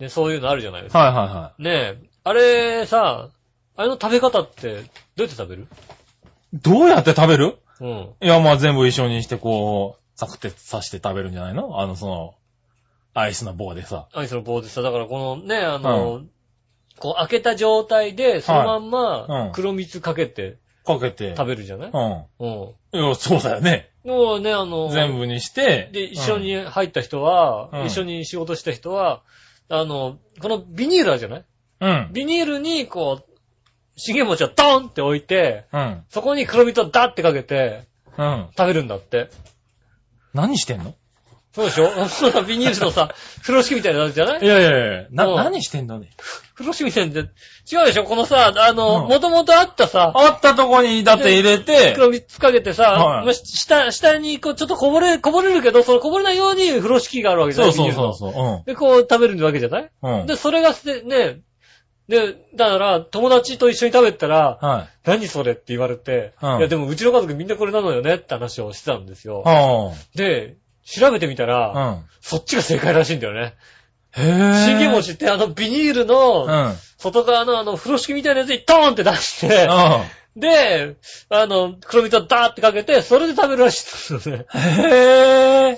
S2: で、そういうのあるじゃないですか
S3: はいは
S2: ねえ、あれさ、あれの食べ方って、どうやって食べる
S3: い。どうやって食べる
S2: うん。
S3: いや、まあ全部一緒にして、こう、サクって刺して食べるんじゃないのあの、その、アイスの棒でさ。
S2: アイスの棒でさ、だからこのね、あの、こう開けた状態で、そのまん
S3: はいう
S2: ま
S3: ん、
S2: 黒蜜かけて
S3: かけて。
S2: 食べるじゃない、
S3: うん。
S2: うん。
S3: いや、そうだよね。
S2: のね、あの、
S3: 全部にして。
S2: で、一緒
S3: うん。
S2: に入った人は、
S3: うん
S2: 一緒に仕事した人は、あの、このビニールあるじゃない
S3: うん。
S2: ビニールに、こう、しげもちをドンって置いて、
S3: うん。
S2: そこに黒蜜をダってかけて、
S3: うん。
S2: 食べるんだって。
S3: 何してんの
S2: そうでしょ そうだ、ビニールのさ、風呂敷みたいなのあるじゃない
S3: いやいやいや、な、
S2: うん
S3: 何してんのね。
S2: 風呂敷みたいなのって違うでしょこのさ、あの、
S3: うん
S2: もともとあったさ、
S3: あったとこに、だって入れて、
S2: 黒蜜かけてさ、
S3: はい
S2: まあ下、下にこう、ちょっとこぼれ、こぼれるけど、そのこぼれないように風呂敷があるわけじゃ
S3: そ
S2: な
S3: う
S2: い
S3: そうそう
S2: ビニールの
S3: そう。
S2: で、こう食べるわけじゃない、
S3: うん。うん。
S2: で、それがすね、で、だから、友達と一緒に食べたら、
S3: はい。
S2: 何それって言われて、
S3: うん
S2: いや、でもうちの家族みんなこれなのよねって話をしてたんですよ。
S3: う
S2: で、調べてみたら、
S3: ん。うん。
S2: そっちが正解らしいんだよね。
S3: へぇ
S2: 信玄餅ってあのビニールの、
S3: うん。うん。
S2: 外側のあの風呂敷みたいなやつにトーンって出して、で、あの、黒蜜をダーってかけて、それで食べるらしいです よね。
S3: へぇ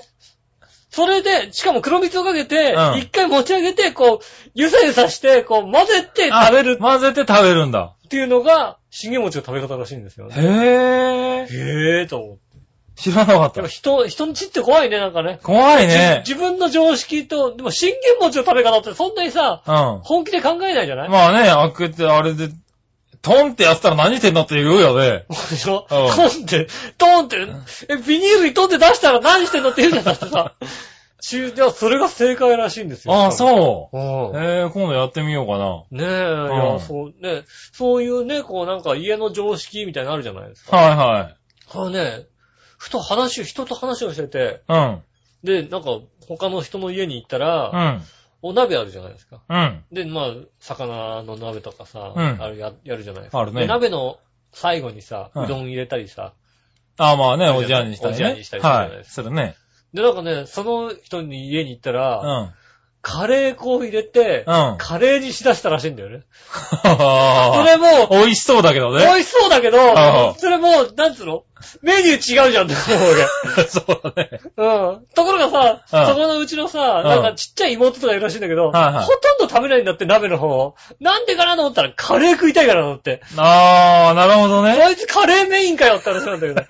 S2: それで、しかも黒蜜をかけて
S3: う、ん
S2: 一回持ち上げて、こう、ゆさゆさして、こう混ぜて食べる。
S3: 混ぜて食べるんだ。
S2: っていうのが、しげ餅の食べ方らしいんですよね。
S3: へえ。
S2: へえーと思って。
S3: 知らなかっ
S2: や
S3: た
S2: っぱ。人、人の血って怖いね、なんかね。
S3: 怖いね。
S2: じ自分の常識と、でも信玄餅の食べ方ってそんなにさ、
S3: うん。ま
S2: 本気で考えないじゃない、
S3: あね、開けて、あれで、トンってやったら何してんだって言うよね。
S2: でしょ
S3: うん
S2: トンって、トンって、え、ビニールにトンって出したら何してんのって言うじゃん、だってさ。中、ではそれが正解らしいんですよ。
S3: ああ、そう。
S2: うん。
S3: えー、今度やってみようか
S2: ねえ、
S3: な。
S2: いうや、
S3: ん
S2: そう、ね、そういうね、こうなんか家の常識みたいなのあるじゃないですか。
S3: は
S2: これね、ふと話を、人と話をしてて、
S3: いはい。
S2: で、なんか他の人の家に行った
S3: う
S2: ら、
S3: ん。
S2: お鍋あるじゃないですか。
S3: うん。うん。
S2: で、まあ、魚の鍋とかさ、
S3: うん
S2: あれややるじゃないですか。
S3: あるね
S2: で鍋の最後にさ、
S3: はいう
S2: どん入れたりさ、
S3: ああ、まあね、おじやにしたりね。
S2: おじやにしたりするじゃない
S3: は
S2: で
S3: い。するね。
S2: で、なんかね、その人に家に行った
S3: う
S2: ら、
S3: ん。うん。
S2: カレー粉を入れて、
S3: は
S2: カレーにしだしたらしいんだよね。そ
S3: は
S2: れも、
S3: 美味しそうだけど
S2: 美
S3: ね。
S2: 味しそうだけど
S3: ああ、
S2: それも、なんつうのメニュー違うじゃん、と思うわ
S3: そうだね。
S2: け。 うん。ところが
S3: あ
S2: さ、
S3: あ
S2: そこのうちのさ、なんかちっちゃい妹とかいるらしいんだけど、ほ
S3: はい
S2: と
S3: はい
S2: んど食べないんだって、鍋の方を。なんでかなと思ったら、カレー食いたいからなって。
S3: ああ、なるほどね。
S2: こいつカレーメインかよって話なんだけど。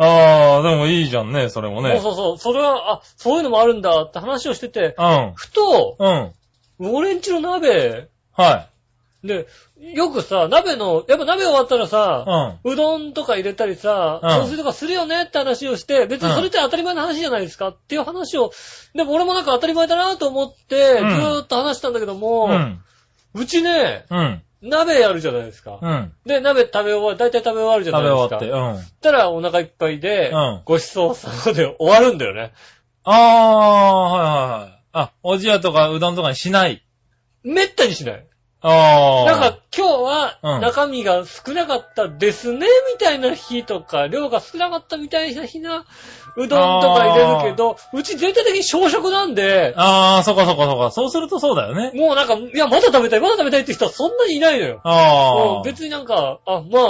S3: ああ、でもいいじゃんね、それも
S2: そ
S3: ね。
S2: うそうそう。それは、あ、そういうのもあるんだって話をしてて、
S3: うん。
S2: ふと、
S3: うん。
S2: 俺んちの鍋、
S3: はい。
S2: で、よくさ、鍋の、やっぱ鍋終わったらさ、
S3: うん。
S2: うどんとか入れたりさ、
S3: うん
S2: 雑炊とかするよねって話をして、別にそれって当たり前の話じゃないですかっていう話を、でも俺もなんか当たり前だなと思って、ず
S3: うん
S2: ーっと話したんだけども、
S3: う。
S2: うんちね、
S3: うん。
S2: 鍋やるじゃないですか。
S3: うん。
S2: で、鍋食べ終わる、大体食べ終わるじゃ
S3: 食
S2: ない
S3: べ
S2: ですか。
S3: 終わって。うん。
S2: たらお腹いっぱいで、
S3: うん
S2: ごちそうさまで終わるんだよね。
S3: ああ、はいはいはい。あ、おじやとかうどんとかにしない。
S2: めったにしない。
S3: ああ。
S2: なんか今日は
S3: うん
S2: 中身が少なかったですね、みたいな日とか、量が少なかったみたいな日な、うどんとか入れるけど、うち全体的に小食なんで、
S3: ああ、そこそこそこ。そうするとそうだよね。
S2: もうなんか、いや、まだ食べたい、まだ食べたいって人はそんなにいないのよ。
S3: ああ。
S2: うん別になんか、あ、まあ、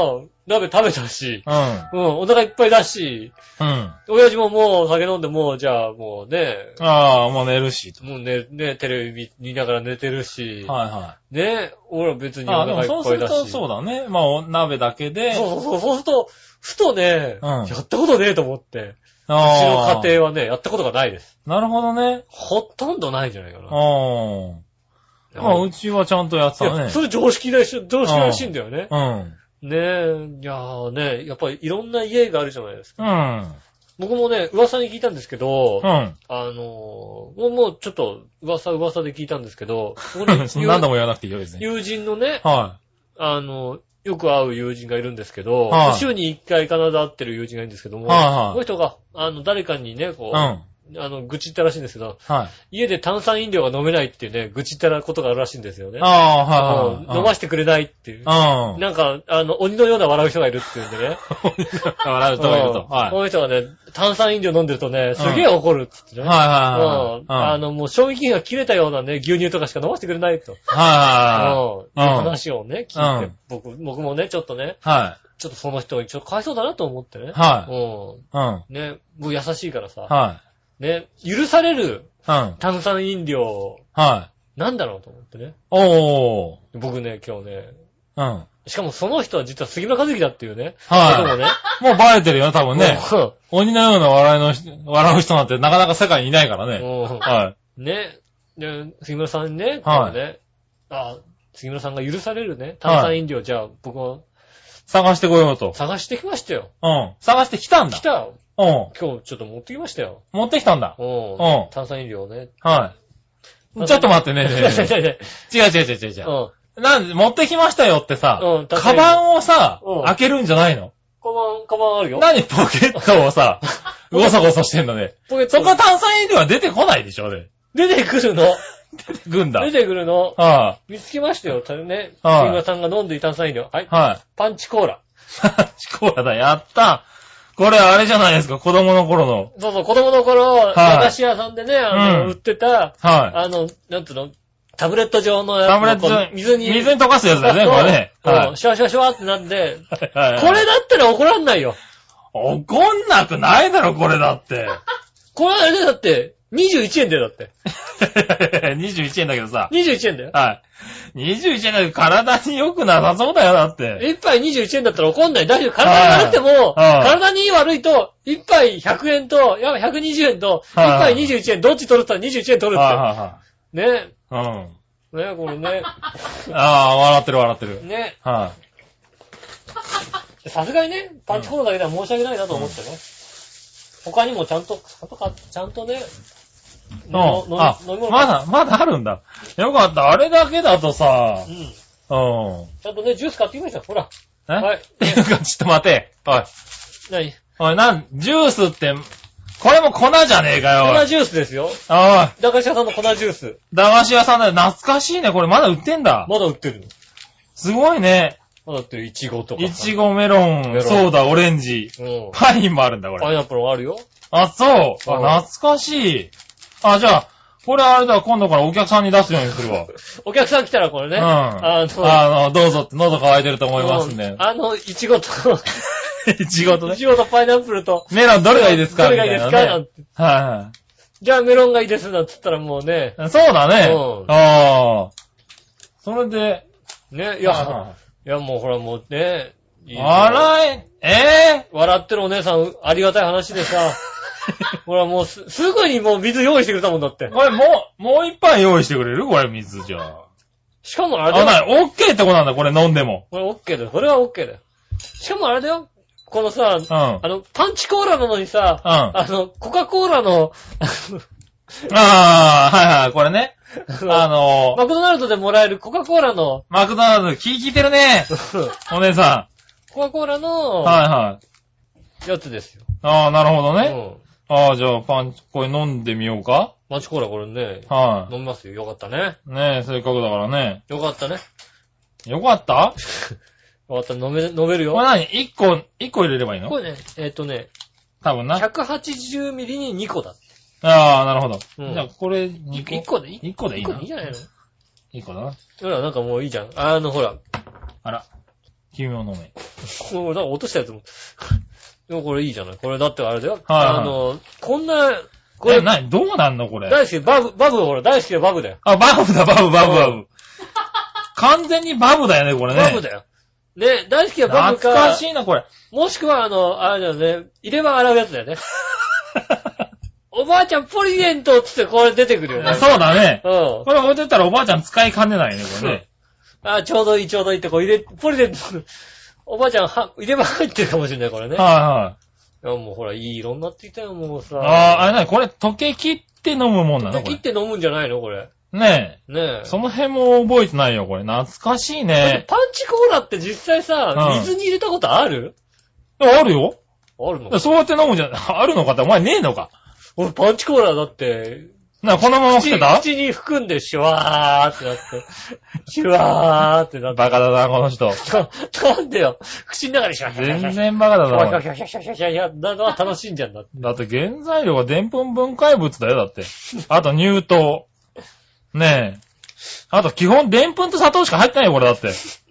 S2: 鍋食べたし、
S3: うん。
S2: うん、お腹いっぱいだし、
S3: うん。
S2: 親父ももう酒飲んで、もう、じゃあ、もうね、
S3: ああ、もう寝るし。
S2: もうね、ね、テレビ見ながら寝てるし、
S3: はいはい。
S2: ね、俺は別にお
S3: ああ、で
S2: 腹い
S3: もそう
S2: っ
S3: す
S2: ぱい
S3: る
S2: だ
S3: と
S2: し。
S3: そうだね。まあ、お鍋だけで。
S2: そうそうそう、そうすると、ふとね、
S3: うん
S2: やったことねえと思って、うち
S3: あ
S2: の家庭はね、やったことがないです。
S3: なるほどね。
S2: ほとんどないんじゃないかな。
S3: ああ。まあ、うちはちゃんとやって
S2: い
S3: た
S2: や、
S3: ね。
S2: それ常識らしい、常識らしいんだよね。
S3: うん。
S2: ねえ、いやーね、やっぱりいろんな家があるじゃないですか。
S3: うん。
S2: 僕もね、噂に聞いたんですけど、
S3: うん。
S2: あのー、もうもうちょっと噂噂で聞いたんですけど、僕の
S3: 何度も言わなくていいよ、別に。
S2: 友人のね、
S3: は
S2: あの、よく会う友人がいるんですけど、
S3: はい
S2: 週に1回必ず会ってる友人がいるんですけども、
S3: はいはい
S2: この人が、あの、誰かにね、
S3: い。
S2: こう、
S3: うん。は
S2: あの、愚痴ったらしいんですけど、
S3: い。あ
S2: 家で炭酸飲料が飲めないっていうね、愚痴ったことがあるらしいんですよね。
S3: あ、はい
S2: うん
S3: はい。
S2: 飲ま
S3: し
S2: してくれないっていう。
S3: うん。
S2: なんか、あの、鬼のような笑う人がいるっていうんでね。
S3: 笑う人がいると。
S2: うん
S3: はい。
S2: この人がね、炭酸飲料飲んでるとね、すげえ怒るっつってね。
S3: はいは
S2: う
S3: い
S2: ん
S3: はい。
S2: あの、もう賞味期限が切れたようなね、牛乳とかしか飲ませてくれないと。
S3: は
S2: うん
S3: うん
S2: いう話をね、聞いうて
S3: ん、
S2: 僕、僕もね、ちょっとね、
S3: いはい。
S2: ちょっとその人にちょっとかわいそうだなと思ってね。
S3: はい。はい。
S2: う
S3: うん。
S2: ん。ね、僕優しいからさ、
S3: はい。
S2: ね、許される
S3: うん。
S2: 炭酸飲料、
S3: はい。
S2: なんだろうと思ってね。
S3: おー。
S2: 僕ね、今日ね、
S3: うん。
S2: しかもその人は実は杉村和樹だっていうね、ことも
S3: は
S2: ね、
S3: い。もうバレてるよ、多分ね。
S2: うん
S3: 鬼のような笑いの人、笑う人なんてなかなか世界にいないからね。
S2: うん
S3: は
S2: ね、で、杉村さんにね、
S3: は
S2: こう
S3: い。
S2: ね、あ、杉村さんが許されるね、炭酸飲料、じゃあ僕はい
S3: 探してこようと。
S2: 探してきましたよ。
S3: うん。探してきたんだ
S2: 来。たよ
S3: うん。
S2: 今日ちょっと持ってきましたよ。
S3: 持ってきたんだ。
S2: うん
S3: うん
S2: 炭酸飲料ね。
S3: はい。ちょっと 待ってね。ね
S2: 違う
S3: えね
S2: 違う
S3: えね
S2: 違う
S3: え違う違う違う違う違う。
S2: うん。
S3: なんで、持ってきましたよってさ
S2: うん、確か
S3: カ
S2: に
S3: バンをさ
S2: うん、
S3: 開けるんじゃないの
S2: カバン、カバンあるよ。
S3: 何ポケット をさ、ごそごそしてんのね。
S2: ポケット
S3: そこは炭酸飲料は出てこないでしょ、ね。
S2: 出てくるの。
S3: 軍だ。
S2: 出てくるの。
S3: は
S2: 見つけましたよ。たね。
S3: はい
S2: 杉村さんが飲んでいた炭酸飲料。はい
S3: い。。はい。
S2: パンチコーラ。
S3: チコーラだ、やったこれあれじゃないですか、子供の頃の。
S2: そうそう、子供の頃、
S3: い
S2: 駄菓子屋さんでね、あの、
S3: うん
S2: 売ってた、
S3: はい。
S2: あの、なんつうの、タブレット状のやつ
S3: タブレット
S2: こう水に。
S3: 水に溶かすやつだよね、これね。
S2: そう
S3: は
S2: うんシュワシュワシュワってなんで、
S3: い。はいは い
S2: これだったら怒らんないよ。
S3: 怒んなくないだろ、これだって。
S2: これあれだって、 21円だよ、だって。
S3: 21円だけどさ。
S2: 21円だよ。
S3: はい。21円だけど体に良くなさそうだよ、だって。
S2: 一杯21円だったら怒んない。大丈夫。体に悪くても、
S3: はい
S2: 体に悪いと、一杯100円と、いや120円と、一
S3: はい
S2: 杯21円、どっち取るって言ったら21円取るって。
S3: は
S2: ね。
S3: いはいはい。うん。
S2: ね、これね。
S3: ああ、笑ってる笑ってる。
S2: ね。
S3: は
S2: さすがにね、パンチコールだけでは申し訳ないなと思ってね。他にもちゃんと、ちゃんとか、ちゃんとね、
S3: い。うん。
S2: のの
S3: あ
S2: 飲み、物
S3: まだ、まだあるんだ。よかった。あれだけだとさ
S2: う、ん。
S3: うん。
S2: ちゃんとね、ジュース買ってきました。ほら。
S3: え
S2: はい
S3: っていうか、 ちょっと待て。おい。
S2: 何
S3: おい、なん、ジュースって、これも粉じゃねえかよ。お
S2: 粉
S3: い。
S2: ジュースですよ。
S3: おい
S2: 駄菓子屋さんの粉ジュース。
S3: 駄菓子屋さんだよ。懐かしいね。これまだ売ってんだ。
S2: まだ売ってるの。
S3: すごいね。
S2: まだ売ってる。イチゴとかさ。
S3: いちごメロ
S2: メロ
S3: ン、
S2: ン
S3: ソーダ、オレンジ。
S2: うん。
S3: パインもあるんだ、こ
S2: パイ
S3: れ。
S2: ナップルもあるよ。
S3: あ、そう。
S2: うん
S3: あ、懐かしい。あ、じゃあ、これあれだ、今度からお客さんに出すようにするわ。
S2: お客さん来たらこれね。
S3: うん。
S2: あの、
S3: あの、どうぞって喉乾いてると思いますね。
S2: あの、いち ごと、
S3: いちごと
S2: い
S3: ね。
S2: ちごとパイナップルと、
S3: メロンどれがいいですか
S2: どれがいいですか
S3: みた
S2: ないんて
S3: なね
S2: じゃあメロンがいいですなんつったらもうね、
S3: はい。そうだね
S2: うん。
S3: ああ。それで、
S2: ね、い
S3: い
S2: や、いやもうほらもうね、いいよ
S3: あらえ、え
S2: 笑ってるお姉さん、ありがたい話で さ、ほらもうす、すぐにもう水用意してくれたもんだって
S3: ー、。これもう、もう一杯用意してくれるこれ水じゃあ。
S2: しかもあ
S3: あ、
S2: れだよ。
S3: なに、オッケーってことなんだ、これ飲んでも。
S2: これオッケーだよ。これはオッケーだよ。しかもあれだよ。このさ、
S3: うん。うん。
S2: あの、パンチコーラなのにさ、
S3: あ
S2: あの、コカ・コーラ の、
S3: あー、はいはい、これね。
S2: あの
S3: あのー、
S2: マクドナルドでもらえるコカ・コーラ の、
S3: マクドナルド、気聞いてるね。
S2: コ
S3: お姉さ
S2: カ・コーラ
S3: ん。
S2: の
S3: はいはい。
S2: やつですよ。
S3: ああ、なるほどね。
S2: うん
S3: ああ、じゃあ、パンチ、これ飲んでみようか。
S2: マチコーラこれね、
S3: は
S2: 飲みますよ。よかったね。
S3: い。ねえ、せっかくだからね。
S2: よかったね。
S3: よかった
S2: よかった。飲め、飲める
S3: これ
S2: よ。
S3: 何一個、一個入れればいい
S2: こ
S3: の
S2: れね、えっ、とね、
S3: 多分な。あ
S2: 180ミリに2個だ。
S3: あ、なるほど。
S2: うん
S3: じゃあ、これ2個。
S2: 1個でいい
S3: 一個でいい
S2: ?1
S3: な
S2: 個でいいじゃないの
S3: 一個だな。
S2: ほら、なんかもういいじゃん。あの、ほら、
S3: あら。君を飲め。
S2: こう、なんか落としたやつも。でもこれいいじゃないこれだってあれだよ。
S3: はいはい
S2: あの、こんな、こ
S3: これ
S2: れ、
S3: 何どうなんのこれ。
S2: 大好き、バブ、バブほら、大好きなバブだよ。
S3: あ、バブだ、バブ、バブ、バ
S2: う
S3: ブ。完全にバブだよね、これね。
S2: バブだよ。ね、大好きなバブ
S3: 懐か
S2: か
S3: し、いな、これ。
S2: もしくはあの、あれだよね、入れ歯洗うやつだよね。おばあちゃんポリデントっつってこれ出てくるよね。
S3: そうだね。
S2: う。
S3: これ置いてったらおばあちゃん使いかねないね、これね。
S2: ん。あ、ちょうどいいちょうどいいってこう入れ、ポリデント、おばあちゃんは入れ歯入ってるかもしれない、これね。い
S3: は
S2: や、もうほら、いい色になってきたよ、もうさ。
S3: いはい。ああー、あれなにこれ溶け切って飲むもんなのこ
S2: 切っ
S3: れ。
S2: て飲むんじゃないのこれ。
S3: ね
S2: ねえ
S3: え。。その辺も覚えてないよ、これ。懐かしい
S2: だって
S3: ね。
S2: パンチコーラって実際さ、
S3: うん
S2: 水に入れたことある
S3: でもあるよ。
S2: あるの
S3: そうやって飲むん じゃ、あるのかって、お前ねえのか。
S2: 俺パンチコーラだって、
S3: な、このまま来
S2: 口
S3: てた
S2: 口に含んでシュワーってなって、シュワーってなって。
S3: バカだな、この人。
S2: なんでよ。口の中でシュワシュワシュ
S3: 全
S2: ワシュワ。
S3: 然バカだ
S2: シュワシュ
S3: な
S2: ワ。シュワシュワシュワシュワシュワなのは楽しいんじゃんだって。
S3: だって原材料がでんぷん分解物だよ、だって。あと乳糖。ねえ。あと基本でんぷんと砂糖しか入ってないよ、これだって。
S2: す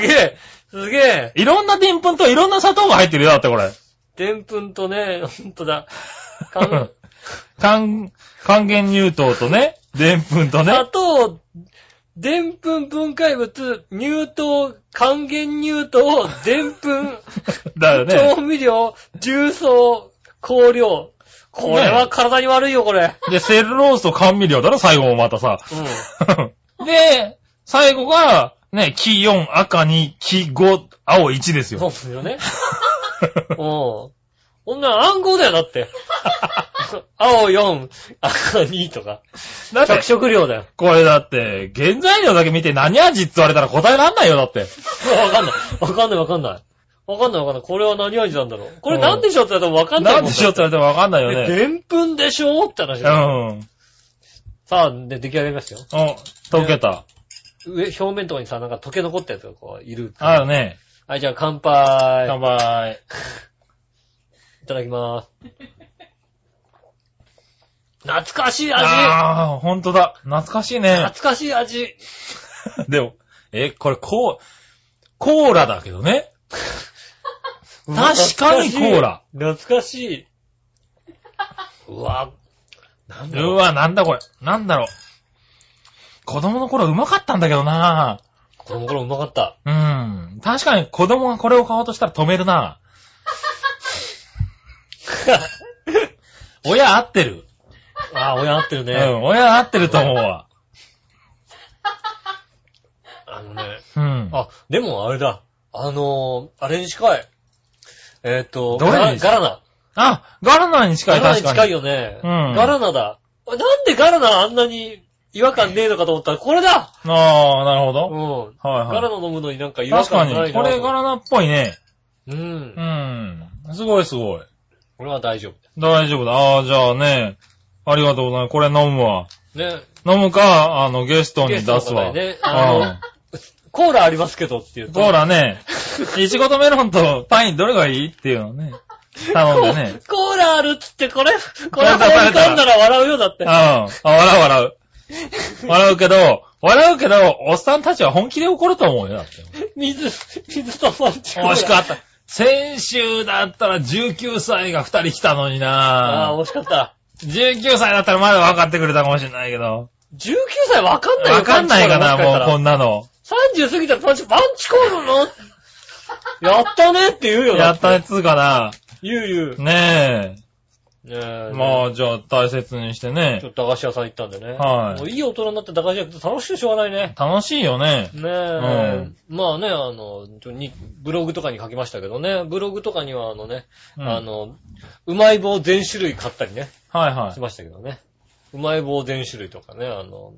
S2: げえすげえ
S3: いろんなでんぷんといろんな砂糖が入ってるよ、だってこれ。
S2: でんぷんとね、ほんとだ。か ん
S3: 還、還元乳糖とね、でんぷんと
S2: 砂
S3: ね。
S2: 糖、でんぷん分解物、乳糖、還元乳糖、でんぷ ん。
S3: だよね。
S2: 調味料、重曹、香料。これは体に悪いよ、これ。
S3: で、セルロースと甘味料だろ、最後もま たさ。
S2: うん。
S3: で、最後が、ね、黄4、赤2、黄5、青1です
S2: そう
S3: よ。
S2: ですよね。うん。こんなん暗号だよ、だって。 青4、赤2とか。
S3: だって
S2: 着、色料だよ。
S3: これだって、原材料だけ見て何味って言われたら答えらんないよ、だって。
S2: わかんない。わかんない、わかんない。わかんない、わかんない。これは何味なんだろう。これなんでしょうって言われたらわかんないも
S3: なんんでしょって言われたらわかんないよ
S2: え
S3: ね。
S2: でんぷんでしょって話
S3: う
S2: だよ。
S3: ん。
S2: さあ、で、出来上がりますよ。
S3: お、溶けた。
S2: 上、表面とかにさ、なんか溶け残ったやつがこう、いる。
S3: あるね。
S2: はい、じゃあ乾杯。
S3: 乾杯。
S2: いただきまーす。 懐かしい味
S3: ああ、ほんとだ。懐かしいね。
S2: 懐かしい味
S3: でも、え、これ、こう、コーラだけどね。確かにコーラ。
S2: 懐かしい。うわ、なんだ
S3: う
S2: ろう
S3: わ、なんだこれ。なんだろう。子供の頃うまかったんだけどな
S2: 子供の頃うまか った。
S3: うん。確かに子供がこれを買おうとしたら止めるな親合ってる。
S2: ああ、親合ってる
S3: う
S2: ね。
S3: ん、親合ってると思うわ。
S2: あのね。
S3: うん。
S2: あ、でもあれだ。あのー、あれに近い。えっ、と、
S3: どれに
S2: ガラガラナ。
S3: あ、ガラナに近
S2: ガ
S3: い、
S2: ラナに
S3: 確
S2: 近
S3: か
S2: い
S3: に。
S2: よね。
S3: うん
S2: ガラナだ。なんでガラナあんなに違和感ねえのかと思ったら、これだ
S3: ああ、なるほ
S2: う
S3: ど。
S2: ん。
S3: はい
S2: ガ
S3: は
S2: ラナ飲むのになんか
S3: い。
S2: 違和
S3: 確か
S2: 感ない
S3: に、
S2: な
S3: これガラナっぽいね。
S2: う。
S3: うんん。すごいすごい。
S2: これは大丈夫。
S3: 大丈夫だ。ああ、じゃあね。ありがとうございます。これ飲むわ。
S2: ね。
S3: 飲むか、あの、ゲストに
S2: ゲスト
S3: 出
S2: の
S3: す
S2: 方
S3: わ。
S2: にね、
S3: う
S2: あ
S3: ん。
S2: の、コーラありますけどって言うと。
S3: コーラね、いちごとメロンとパインどれがいいっていうのをね、頼んでね。
S2: コーラあるっつって、これ、これ
S3: れ食べたら
S2: 噛んだら笑うよだっ
S3: う
S2: て
S3: ん。。あ、笑う笑う。笑うけど、笑うけど、おっさんたちは本気で怒ると思うよ、だって。
S2: 水、水とパンチ。
S3: 惜しかった。先週だったら19歳が2人来たのに
S2: ああ、
S3: な
S2: 惜しかった。
S3: 19歳だったらまだ分かってくれたかもしれないけど。
S2: 19歳わかんないよ
S3: 分かんないかな、 もうこんなの。
S2: 30過ぎたらパンチ、パンチコールの やったねって言うよ。
S3: やった
S2: ね。
S3: やつかな。
S2: 言う
S3: ね
S2: 言う。ね
S3: え。
S2: え。
S3: まあ、じゃあ大切にしてね
S2: ちょ。っと駄菓子屋さん行ったんでね。
S3: はい
S2: もういい大人になって駄菓子屋行くと楽しくてしょうがないね。
S3: 楽しいよね。
S2: ねえ。まあね、あの、ちょにブログとかに書きましたけどね、ブログとかにはあのね、
S3: うん
S2: あの、うまい棒全種類買ったりね、
S3: はいはい
S2: し。ましたけどね。うまい棒全種類とかね、あの、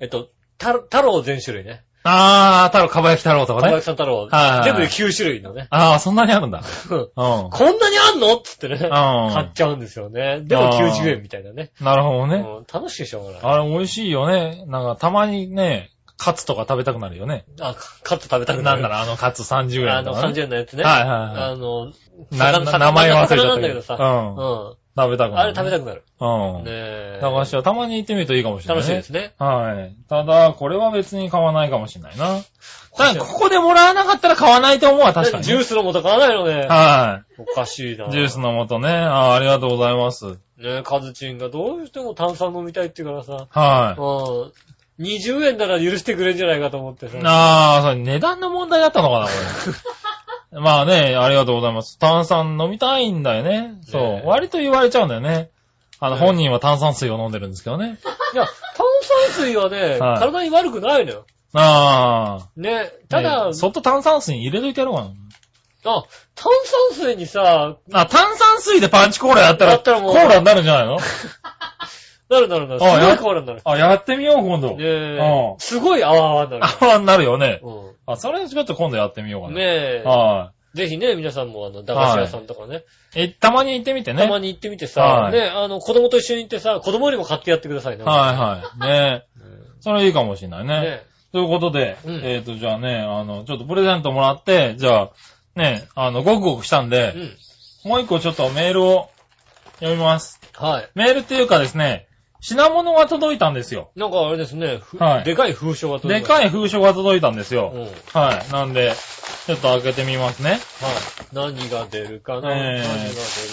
S2: えっと、た太郎全種類ね。
S3: あー、太郎、かば焼き太郎と
S2: 小
S3: かね
S2: 林。さん太郎
S3: はいは。い
S2: 全部で9種類の ね。
S3: あー、そんなにあるんだ。
S2: うん
S3: う
S2: こ
S3: ん。
S2: んなにあんのっつってね。
S3: ん
S2: 買っちゃうんですよね。でも
S3: あー
S2: 90円みたいなね。
S3: なるほど
S2: う
S3: ね。
S2: ん楽しいでしょうがない。
S3: あれ、美味しいよね。なんか、たまにね、カツとか食べたくなるよね。
S2: あ、かカット食べた
S3: な
S2: く
S3: ん
S2: なる。
S3: だろう、あのカツ30
S2: あ
S3: 円
S2: の、
S3: とかね。
S2: 30円のやつね。
S3: はいはいはい
S2: あの、
S3: な
S2: 魚
S3: な名前忘れちゃったけど
S2: 魚なんだけどさ。う
S3: 食べたく
S2: ん。
S3: な
S2: あ
S3: る。
S2: れ食べ
S3: た
S2: たくなる。
S3: くう
S2: ね
S3: ん。
S2: え。
S3: 駄菓子はたまに行ってみるといいかもしれな
S2: 楽
S3: い
S2: し
S3: ね。
S2: いですね。
S3: はい。ただ、これは別に買わないかもしれないな。ただ、ここでもらわなかったら買わないと思うわ、確かに
S2: ジュー
S3: ね。
S2: スの素買わないのね。
S3: は
S2: おかしいな。
S3: い。ジュース。の素ね。あー、ありがとうございます。
S2: ねえ、カズチンがどうしても炭酸飲みたいって言うからさ。
S3: はい。
S2: うん。20円なら許してくれんじゃないかと思ってさ。
S3: ああ、それ値段の問題だったのかな、こ れ。まあね、ありがとうございます。炭酸飲みたいんだよね。そう。
S2: ねえ
S3: 割と言われちゃうんだよね。あの、
S2: ねえ
S3: 本人は炭酸水を飲んでるんですけどね。
S2: いや、炭酸水はね、
S3: はい
S2: 体に悪くないのよ。
S3: ああ。
S2: ね。ただ、
S3: ねえそっと炭酸水に入れといてやろうか
S2: あ、炭酸水にさ、
S3: な。あ、炭酸水でパンチコーラやったら、
S2: やったらもう
S3: コーラになるんじゃな いの
S2: なるなるなる。す
S3: あ
S2: ごい
S3: や
S2: コーラになる。
S3: あ、やってみよう、今
S2: ね
S3: 度。
S2: え
S3: うん
S2: すごい泡泡になる。
S3: あ、になるよね。
S2: う
S3: あ、それちょっと今度やってみようか
S2: ん。
S3: な。
S2: ねえ。
S3: は
S2: ぜひね、皆さんも、あの、駄菓子屋さんとかね、
S3: い。え、たまに行ってみてね。
S2: たま
S3: に。
S2: に行ってみてさ、
S3: はい
S2: ね、あの、子供と一緒に行ってさ、子供よりも買ってやってくださいね。
S3: はいはい。ねえ。それいいかもしれない
S2: ね
S3: ね。ということで、
S2: うん
S3: えっ、と、じゃあね、あの、ちょっとプレゼントもらって、じゃあ、ね、あの、ごくごくしたん
S2: え
S3: で、もう一個ちょっとメールを読みます。
S2: うん。はい。
S3: メールっていうかですね、品物が届いたんですよ。
S2: なんかあれですね、ふ
S3: はい
S2: でかい風船が
S3: で
S2: い。
S3: かい封書が届いたんです
S2: うん。
S3: よ。
S2: はい。
S3: はい。なんで、ちょっと開けてみますね。
S2: 何が出るかな、何が出
S3: えー
S2: るか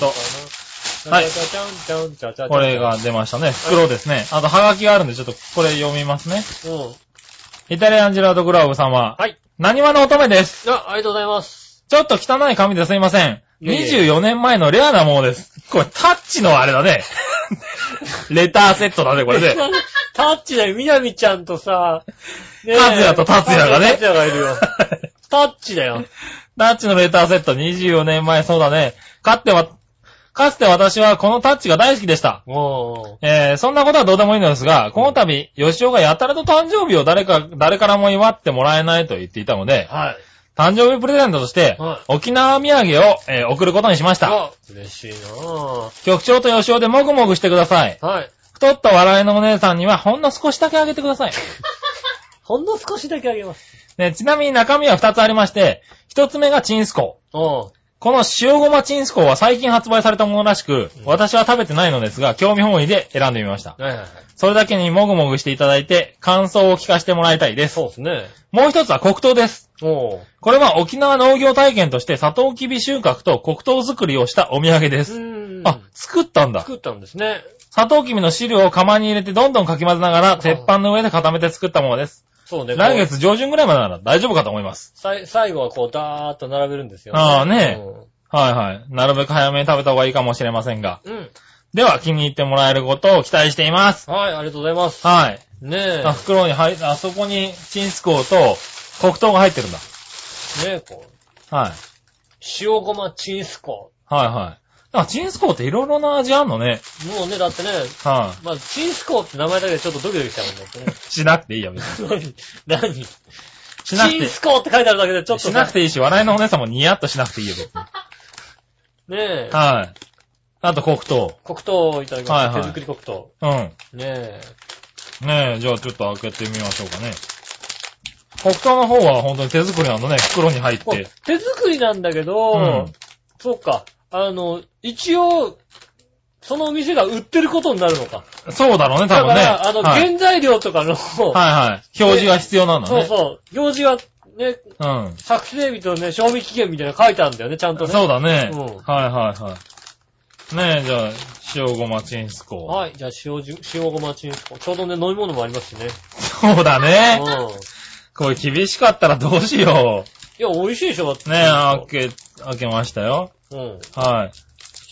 S2: な
S3: はい
S2: チャチャチャンチャンチャチャチャ
S3: これが出ましたね。袋ですね。あと、ハガキがあるんで、ちょっとこれ読みますね。
S2: うん。
S3: イタリアンジェラードグラウブ様。
S2: はい。
S3: 何話の乙女です。
S2: あ、ありがとうございます。
S3: ちょっと汚い紙ですいません。
S2: いえいえ
S3: 24年前のレアなものです。これ、タッチのあれ だね。レターセットだね、これで。
S2: タッチだよ、みなみちゃんとさ、ねえ
S3: タツヤとタツヤがね
S2: タツヤがい るよ。タッチだよ。
S3: タッチのレターセット24年前、そうだね。かつては、かつて私はこのタッチが大好きでした。
S2: も
S3: えー、そんなことはどうでもいいのですが、この度、吉尾がやたらと誕生日を誰か、誰からも祝ってもらえないと言っていたの
S2: う、
S3: で、
S2: はい。
S3: 誕生日プレゼントとして
S2: は、
S3: 沖縄土産を、えー送ることにしました。
S2: あ嬉しいなぁ。
S3: 局長と吉尾でもぐもぐしてください。
S2: はい。
S3: 太った笑いのお姉さんにはほんの少しだけあげてください。
S2: ほんの少しだけあげます。
S3: ね、ちなみに中身は2つありまして、1つ目がチンスコウ。
S2: うん。
S3: この塩ごまチンスコウは最近発売されたものらしく
S2: うん、
S3: 私は食べてないのですが、興味本位で選んでみました。
S2: はいはいはい。
S3: それだけにもぐもぐしていただいて、感想を聞かせてもらいたいです。
S2: そうですね。
S3: もう一つは黒糖です。
S2: おう。
S3: これは沖縄農業体験として、サトウキビ収穫と黒糖作りをしたお土産で
S2: う
S3: す。
S2: ーん。うん
S3: あ、作ったんだ。
S2: 作ったんですね。
S3: 砂糖君の汁を釜に入れてどんどんかき混ぜながら、鉄板の上で固めて作ったものです。
S2: そうね。
S3: 来月上旬ぐらいまでなら大丈夫かと思います。
S2: さい最後はこう、ダーッと並べるんですよ、
S3: ああね
S2: うん
S3: はいはい。なるべく早めに食べた方がいいかもしれませんが。
S2: うん。
S3: では、気に入ってもらえることを期待しています。
S2: はい、ありがとうございます。
S3: はい。
S2: ねえ。
S3: あ、袋に入、あそこに、チンスコーと黒糖が入ってるんだ。
S2: ねえ、こう。
S3: はい。
S2: 塩ごまチンスコ。
S3: はいはい。あ、チンスコーっていろいろな味あんのね。
S2: もうね、だってね、
S3: は
S2: まあ、チンスコって名前だけでちょっとドキドキしたもんだってね。
S3: い。しなくていいよ、別に。
S2: 何何
S3: しなく
S2: チン
S3: て、
S2: スコって書いてあるだけでちょっと
S3: しなくていいし、笑いのお姉さんもニヤッとしなくていいよ、別に。
S2: ねえ。
S3: はい。あと黒糖。
S2: 黒糖をいただきます。
S3: はいはい
S2: 手作り黒糖。
S3: うん。
S2: ねえ。
S3: ねえ、じゃあちょっと開けてみましょうかね。黒糖の方は本当に手作りなんだね、袋に入っ
S2: こう
S3: て。
S2: 手作りなんだけど、
S3: うん
S2: そうか。あの、一応、そのお店が売ってることになるのか。
S3: そうだろうね、
S2: だか
S3: 多分ね。
S2: ら、あの、
S3: はい、
S2: 原材料とかの、
S3: はいはい。表示が必要なんだ
S2: そう
S3: ね。
S2: そう、行事はね、
S3: うん。
S2: 作成日とね、賞味期限みたいなの書いてあるんだよね、ちゃんとね。
S3: そうだね。
S2: うん
S3: はいはいはい。ねえ、じゃあ、塩ごまチンスコー。
S2: はい、じゃあ塩じ、塩ごまチンスコ。ちょうどね、飲み物もありますしね。
S3: そうだね。
S2: うん。
S3: これ厳しかったらどうしよ
S2: いや、美味しいでしょ、だって
S3: う。ねえ、開け、開けましたよ。
S2: うん。
S3: は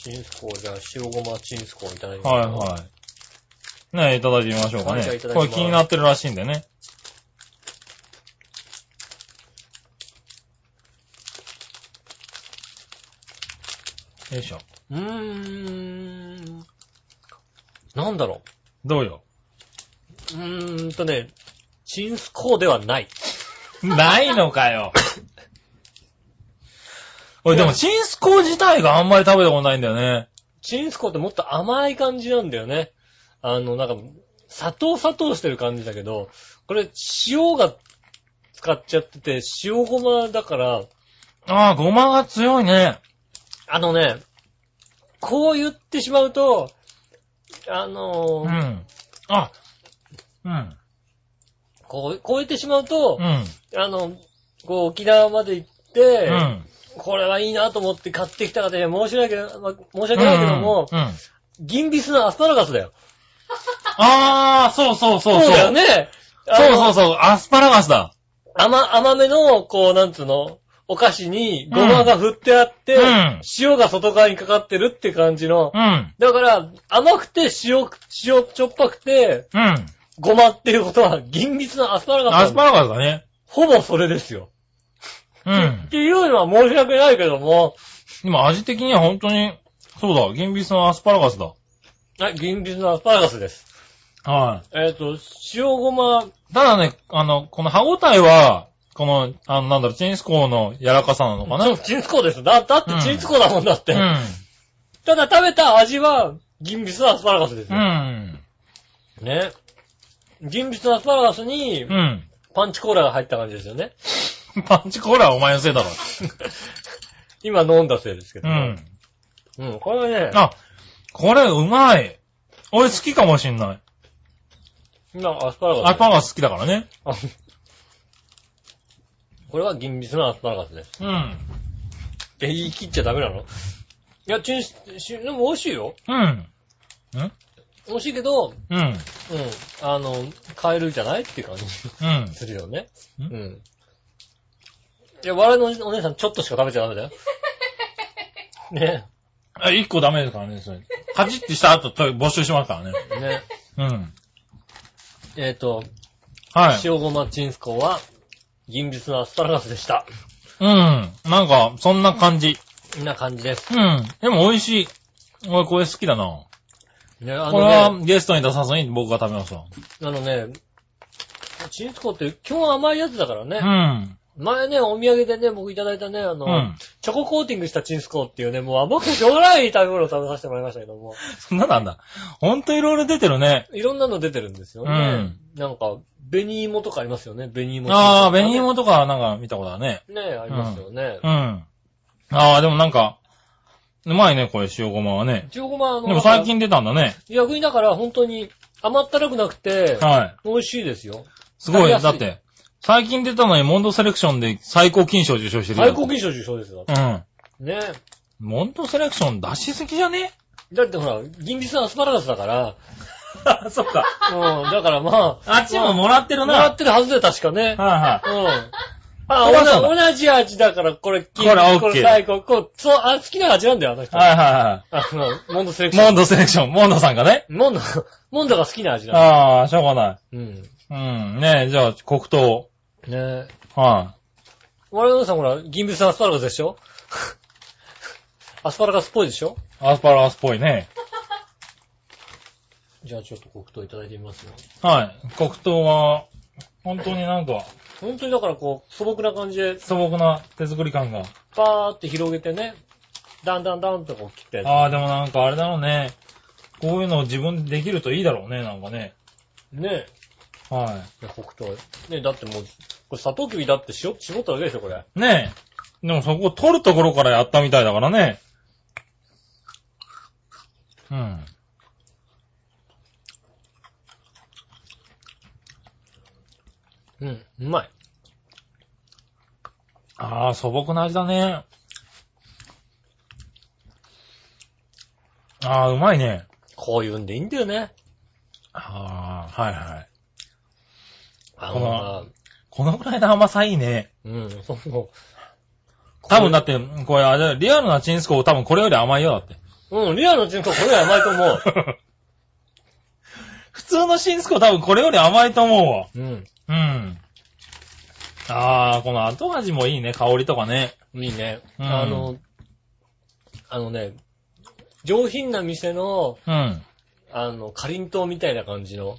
S2: チンスコ、じゃあ、塩ごまチンスコいただき
S3: い。
S2: ます。
S3: はいはい。ねえ、いただきましょうか
S2: はい
S3: ね
S2: じゃあいただ。き
S3: こ
S2: ます
S3: れ気になってるらしいんでね。よいしょ。
S2: うーん。なんだろ
S3: どうよ。
S2: う。うーんとね、チンスコではない。
S3: ないのかよ。おい、でも、チンスコー自体があんまり食べたことないんだよね。
S2: チンスコってもっと甘い感じなんだよね。あの、なんか、砂糖砂糖してる感じだけど、これ塩が使っちゃってて、塩ごまだから、
S3: ああ、ごまが強いね。
S2: あのね、こう言ってしまうと、あの
S3: う
S2: ー
S3: ん。あ、うん。
S2: こう、こう言ってしまうと
S3: う、ん。
S2: あの、こう沖縄まで行って、
S3: うん。
S2: これはいいなと思って買ってきた方には申し訳ないけど、まあ申し訳ないけども、
S3: うんうんうん
S2: 銀ビスのアスパラガスだよ。
S3: ああ、そうそうそうそう。
S2: だよね。
S3: そうそう
S2: う。
S3: そう、アスパラガスだ。
S2: 甘、甘めの、こう、なんつうの、お菓子にごまが振ってあって、
S3: うん
S2: 塩が外側にかかってるって感じの。
S3: うん。
S2: だから、甘くて塩、塩ちょっぱくて、
S3: うん。
S2: ごまっていうことは、銀蜜のアスパラガス
S3: ア
S2: な
S3: ス
S2: んだ。
S3: パラガスだね。
S2: ほぼそれですよ。
S3: うん
S2: っ。ていうのは申し訳ないけども、
S3: 今味的には本当に、そうだ、銀ビスのアスパラガスだ。
S2: はい、銀蜜のアスパラガスです。
S3: は
S2: えっ、と、塩ごま、
S3: い。ただね、あの、この歯応えは、この、あの、なんだろう、チンスコーの柔らかさなのかな。
S2: そうチンスコーです。だ、だってチンスコーだもんだって。
S3: う
S2: ただ食べた味は、銀ビスのアスパラガスです
S3: ん。う
S2: よ。
S3: ん。
S2: ね。銀ビスのアスパラガスに、
S3: う
S2: パンチコーラが入った感じですよね。
S3: ん。パンチコーラはお前のせいだろ。
S2: 今飲んだせいですけど
S3: う
S2: ね。
S3: ん。
S2: うん。これはね、
S3: あ、これうまい。俺好きかもしんない。
S2: 今アスパラガ
S3: ア
S2: ス
S3: スパラガス好きだからね。
S2: です。 これは銀ビスのアスパラガスです。
S3: うん。
S2: え、言い切っちゃダメなのいや、チンし、しでも美味しいよ。
S3: うん。
S2: 美味しいけど、うん。
S3: うん。
S2: あの、買えるじゃないっていう感じ
S3: うん。
S2: するよね。うんん。いや、我々のお姉さんちょっとしか食べちゃダメだ よ。ね
S3: あ、一個ダメですからね、それ。カチッてした後、と募集しますからね。
S2: え。ね
S3: うん。
S2: え。えっ、と、
S3: はい。
S2: 塩ごまチンスコは、銀筆のアスパラガスでした。
S3: うん。なんか、そんな感じ。
S2: こんな感じです。
S3: うん。でも美味しい。俺これ好きだな。
S2: ね、あ
S3: これは
S2: のね、
S3: ゲストに出さずに僕が食べますわ。
S2: あのね、チンスコって基本甘いやつだから
S3: う
S2: ね。
S3: ん。
S2: 前ね、お土産でね、僕いただいたね、あの、
S3: うん。
S2: チョココーティングしたチンスコーっていうね、もう甘くてしょうがない食べ物を食べさせてもらいましたけども、
S3: そんななんだ。ほんといろいろ出てるね。
S2: いろんなの出てるんですよね。なんか、紅芋とかありますよね、紅芋。
S3: ああ、紅。芋とかなんか見たことだね。
S2: ねありますよね
S3: う。ん。ああ、でもなんか、うまいね、これ、塩ごまはね。
S2: ちょごま、あの、
S3: でも最近出たんだね。
S2: 逆にだから本当に甘ったるくなくて、
S3: はい。
S2: 美味しいですよ。
S3: すご
S2: 食べ
S3: い、
S2: やすい
S3: だって、最近出たのにモンドセレクションで最高金賞受賞してるよ
S2: 最高金賞受賞ですよ。
S3: うん。
S2: ね
S3: モンドセレクション出しすぎじゃね
S2: だってほら、銀ビスはアスパラガスだから、
S3: あ そっか。
S2: うん、だからまあ、
S3: あっちももらってる
S2: もらっ
S3: な。
S2: てるはずで確かね。
S3: はいは
S2: う
S3: い。
S2: ん。
S3: お母さん
S2: あ、
S3: だ
S2: 同じ同じ味だから、これ、こ
S3: これ OK
S2: これ最高。こう、そう、あ、好きな味なんだよ、あの人。
S3: はいは
S2: あの、モンドセレク
S3: い
S2: シ
S3: はい。モ
S2: ョン。
S3: ンドセレクション、モンドさんがね。
S2: モンド、モンドが好きな味だ。
S3: ああ、しょうがない。
S2: うん。ね
S3: うん。ねえ、じゃあ、黒糖。
S2: え。
S3: は
S2: 我々のさんほら、銀物アスパラガスでしょ アスパラガスっぽいでしょ
S3: い。アスパラガスっぽいね。
S2: じゃあちょっと黒糖いただいてみますよ。
S3: はい。黒糖は、本当になんか、
S2: 本当にだからこう、素朴な感じで、
S3: 素朴な手作り感が。
S2: パーって広げてね、だんだんだんとこう切ったや
S3: ああ、でもなんかあれだろうね。こういうのを自分でできるといいだろうね、なんかね。
S2: つ。ね
S3: は
S2: え。北東。ねえ、だってもう、これ砂糖きびだって塩、絞っただけでしょ、これ。
S3: い。ねえ。でもそこを取るところからやったみたいだからね。うん。
S2: うん、うまい。
S3: ああ、素朴な味だね。ああ、うまいね。
S2: こういうんでいいんだよね。
S3: ああ、はいはい。
S2: あ
S3: こ
S2: のな、
S3: のこのくらいの甘さいいね。
S2: うん、そうそう。
S3: 多分
S2: な、
S3: だって、これあれだよ、リアルなチンスコー多分これより甘いよ、だって。
S2: うん、リアルの人口これは甘いと思う。
S3: 普通のチンスコー多分これより甘いと思うわ。
S2: うん。
S3: うん。ああ、この後味もいいね、香りとかね。
S2: いいね。
S3: うん
S2: あの、あのね、上品な店の、
S3: うん。
S2: あの、かりんとうみたいな感じの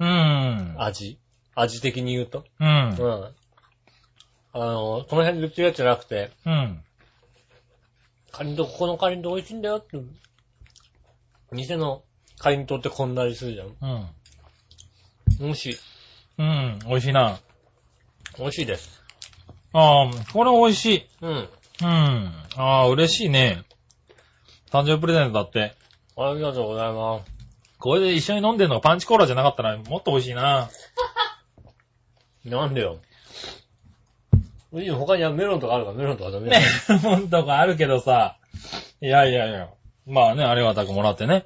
S3: うん。
S2: 味。味的に言うと。
S3: うん
S2: う。ん。あの、この辺で売ってるやつじゃなくて、
S3: うん。
S2: かりんとう、ここのかりんとう美味しいんだよって。店のかりんとうってこんな味するじゃん。
S3: うん。
S2: 美味しい。
S3: うん。美味しいな。
S2: 美味しいです。
S3: ああ、これ美味しい。
S2: うん。
S3: うん。ああ、嬉しいね。誕生日プレゼントだって。
S2: ありがとうございます。
S3: これで一緒に飲んでるのがパンチコーラじゃなかったらもっと美味しいな。
S2: なんでよ。いいよ他にはメロンとかあるから、メロンとかダメだ
S3: ね
S2: よ。、
S3: もんとかあるけどさ。いやいやいや。まあね、ありがたくもらってね。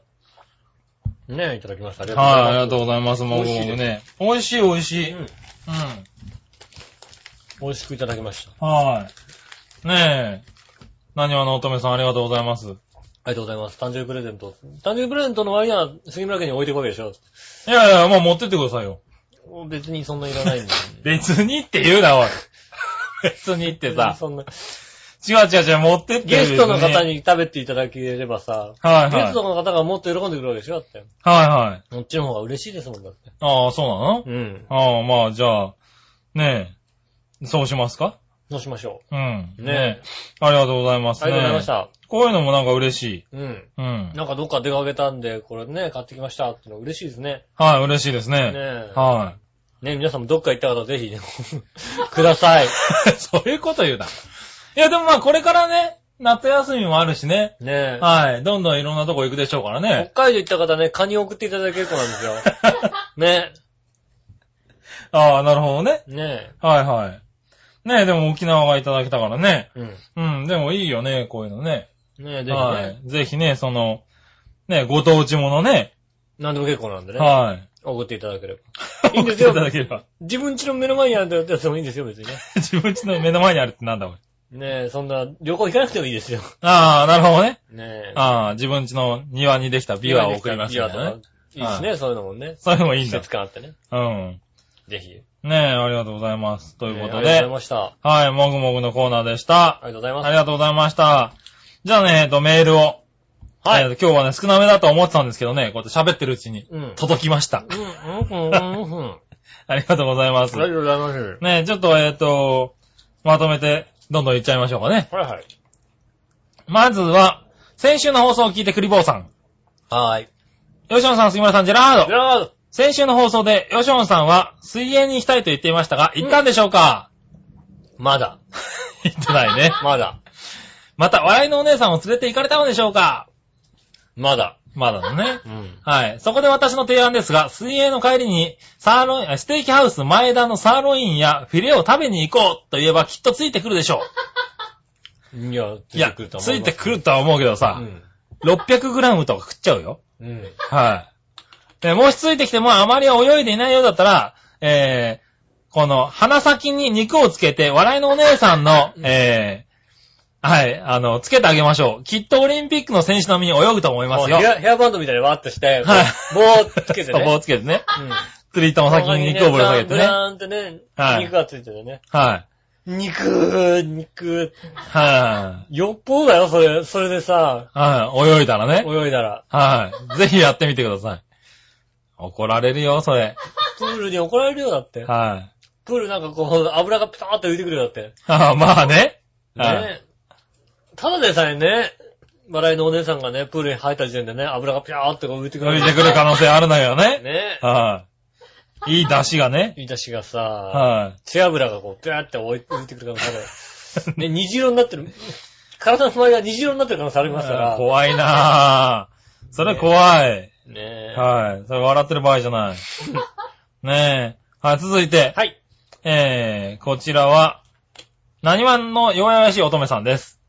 S2: ねいただきました。ありがとうござい
S3: は
S2: ま
S3: い、あり
S2: す。
S3: がとうございます。もう
S2: 美味しいです
S3: ね。美味しい美味しい。うん。
S2: うん美味しくいただきました。
S3: はい。ねえ。何わの乙女さんありがとうございます。
S2: ありがとうございます。誕生日プレゼント。誕生日プレゼントの割には杉村家に置いていくわけでしょ。
S3: いやいや、まあ持ってってくださいよ。
S2: 別にそんないら ないんだよね
S3: 別にって言うな、お い。別にってさ。
S2: そんな。
S3: 違う違う違う、持ってってよ
S2: ゲストの
S3: 別
S2: 方に食べていただければさ、
S3: はい
S2: ゲ
S3: は
S2: ス
S3: い。
S2: トの方がもっと喜んでくるわけでしょだって。
S3: はいはい。
S2: こっちの方が嬉しいですもんだって。
S3: ああ、そうなの、
S2: うん。
S3: ああ、まあ、じゃあ、ねえ、そうしますか
S2: そうしましょ
S3: うん。
S2: う。ね
S3: ね
S2: え
S3: え。ありがとうございます、
S2: ありがとうございまし
S3: ね
S2: た。
S3: こういうのもなんか嬉しい。
S2: うん。
S3: うん。
S2: なんかどっか出かけたんで、これね、買ってきましたっての嬉しいですね。
S3: はい、嬉しいです
S2: ね
S3: ね。
S2: え。
S3: は
S2: ね皆さんもどっか行った方ぜひ、ね、 ください。
S3: い。 そういうこと言うな。いや、でもまあ、これからね、夏休みもあるしね。
S2: ね
S3: はい。どんどんいろんなとこ行くでしょうから
S2: 北
S3: ね。
S2: 海道行った方ね、カニ送っていただける子なんですよ。ね
S3: ああ、なるほどね。
S2: ね
S3: はいはい。ねえ、でも沖縄がいただけたからね。
S2: うん。
S3: うん、でもいいよね、こういうのね。
S2: ねえ、ぜひ
S3: は
S2: ね、
S3: い。ぜひね、その、ね、ご当地ものね。
S2: 何でも結構なんでね、
S3: はい。
S2: 送っていただ ければ。いいん
S3: 送
S2: で
S3: っ
S2: す
S3: て
S2: よ
S3: いただければ。
S2: 自分家の目の前にあるんだよってやつもいいんですよ、別にね。
S3: 自分ちの目の前にあるってなんだ、おい。
S2: ねえ、そんな、旅行行かなくてもいいですよ。
S3: ああ、なるほどね。
S2: ねえ。
S3: ああ、自分ちの庭にできたビワを送ります
S2: ビ
S3: よ
S2: ワとか
S3: ね。。
S2: いいですね、そういうのもね。
S3: そういうのもいい
S2: 季
S3: んだ
S2: 節。感あってね。
S3: うん。
S2: ぜひ。
S3: ねえ、ありがとうございます。と
S2: と
S3: いうこと
S2: ありが
S3: で
S2: とうござい、ました。
S3: はい、もぐもぐのコーナーでした。
S2: ありがとうございま
S3: あ
S2: す。
S3: りがとうございました。じゃあね、えっと、メールを。
S2: はい
S3: えーと今日はね、少なめだと思ってたんですけどね、こうやって喋ってるうちに
S2: うん。うん、
S3: 届きま した。
S2: うん、うん、うん、うん。
S3: ありがとうございま
S2: あ
S3: す
S2: り。がとうございます。
S3: ねえ、ちょっと、えっ、と、まとめて、どんどんいっちゃいましょうかね。
S2: はいはい。
S3: まずは、先週の放送を聞いてクリボーさん。
S2: はーい。
S3: 吉野さん、杉村さん、ジェラー
S2: ジェ
S3: ド。
S2: ラード
S3: 先週の放送で、吉野さんは、水泳に行きたいと言っていましたが、行ったんでしょうか、
S2: まだ。
S3: 行ってないね。
S2: まだ。
S3: また、笑いのお姉さんを連れて行かれたのでしょうか
S2: まだ。
S3: まだだね。
S2: うん。
S3: はい。そこで私の提案ですが、水泳の帰りに、サーロインあ、ステーキハウス前田のサーロインやフィレオを食べに行こうと言えばきっとついてくるでしょ
S2: いや、つ
S3: う。
S2: いてくると思
S3: いやついてくるとは思うけどさ、
S2: うん。
S3: 600g とか食っちゃうよ。
S2: うん。
S3: はい。で、もしついてきてもあまり泳いでいないようだったら、えー、この鼻先に肉をつけて、笑いのお姉さんの、えー、はい、あの、つけてあげましょう。きっとオリンピックの選手並みに泳ぐと思いま
S2: もう
S3: す
S2: ヘ
S3: よ。
S2: アヘアバンドみたいにワーッとして、
S3: はい
S2: 棒をつけて
S3: そう棒を
S2: ね。
S3: つけてね。
S2: うん。
S3: 釣り糸の先に肉をぶら下げて
S2: ブ
S3: ね。
S2: ラーンってね、
S3: はい
S2: 肉がついててね。
S3: はい。
S2: 肉、肉。
S3: は
S2: よっぽどだよ、それ。それでさ、
S3: い。はい。泳いだらね。
S2: 泳いだら。
S3: はい。ぜひやってみてください。怒られるよ、それ。
S2: プールに怒られるよ、だって。
S3: はい。
S2: プールなんかこう、油がピターって浮いてくるよ、だって。
S3: あーまあね。はい。
S2: ねただでさえね、笑いのお姉さんがね、プールに入った時点でね、油がピャーってこう浮いてくる。
S3: 浮いてくる可能性あるのよね。
S2: ね。
S3: はい。いい出汁がね。
S2: 言い出しがさ、
S3: は
S2: 背脂がこう、ピャーって浮いてくる可能性ある。ね、虹色になってる。体の周りが虹色になってる可能性あり
S3: い。
S2: ますから。ね
S3: 怖いなぁ。それ怖い。
S2: え。
S3: はい。それ笑ってる場合じゃない。ねえ。はい、続いて。
S2: はい。
S3: えー、こちらは、何わんの弱々しい乙女さんです。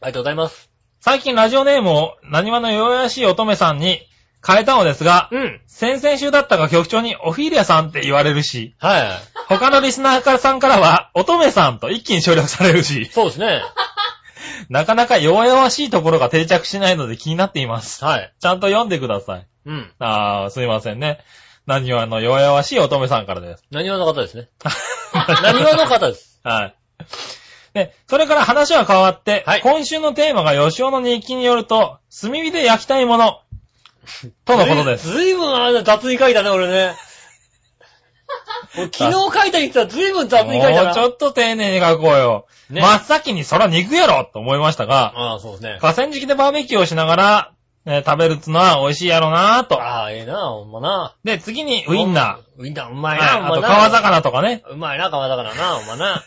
S2: ありがとうございます。
S3: 最近ラジオネームを何わんの弱々しい乙女さんに変えたのですが、
S2: うん。
S3: 先々週だったが局長にオフィリアさんって言われるし、
S2: は
S3: 他のリスナーさんからは乙女さんと一気に省略されるし
S2: い。、そうですね。
S3: なかなか弱々しいところが定着しないので気になっています。
S2: はい。
S3: ちゃんと読んでください。
S2: うん。
S3: あー、すいませんね。何わんの弱々しい乙女さんからです。
S2: 何話の方ですね。 何話の方です。
S3: はい。で、それから話は変わって、
S2: はい
S3: 今週のテーマが吉尾の日記によると、炭火で焼きたい もの、とのことです。
S2: ずいずいぶんあれ雑に書いたね、俺 ね。俺昨日書いた人はずいぶん雑に書いた
S3: も
S2: な。
S3: うちょっと丁寧に書こうよ。
S2: ね
S3: 真っ先にそら肉やろと思いましたが、
S2: ああ、そうですね。
S3: 河川敷でバーベキューをしながら、ね食べるつのは美味しいやろなと。
S2: ああ、ええな、ほんまな。
S3: で、次にウインナー。
S2: ー。ウインナー、うま
S3: はいい、
S2: な、
S3: あ
S2: ほ
S3: と
S2: んまな。
S3: 川。魚とかね。
S2: うまいな、川魚な、ほんまな。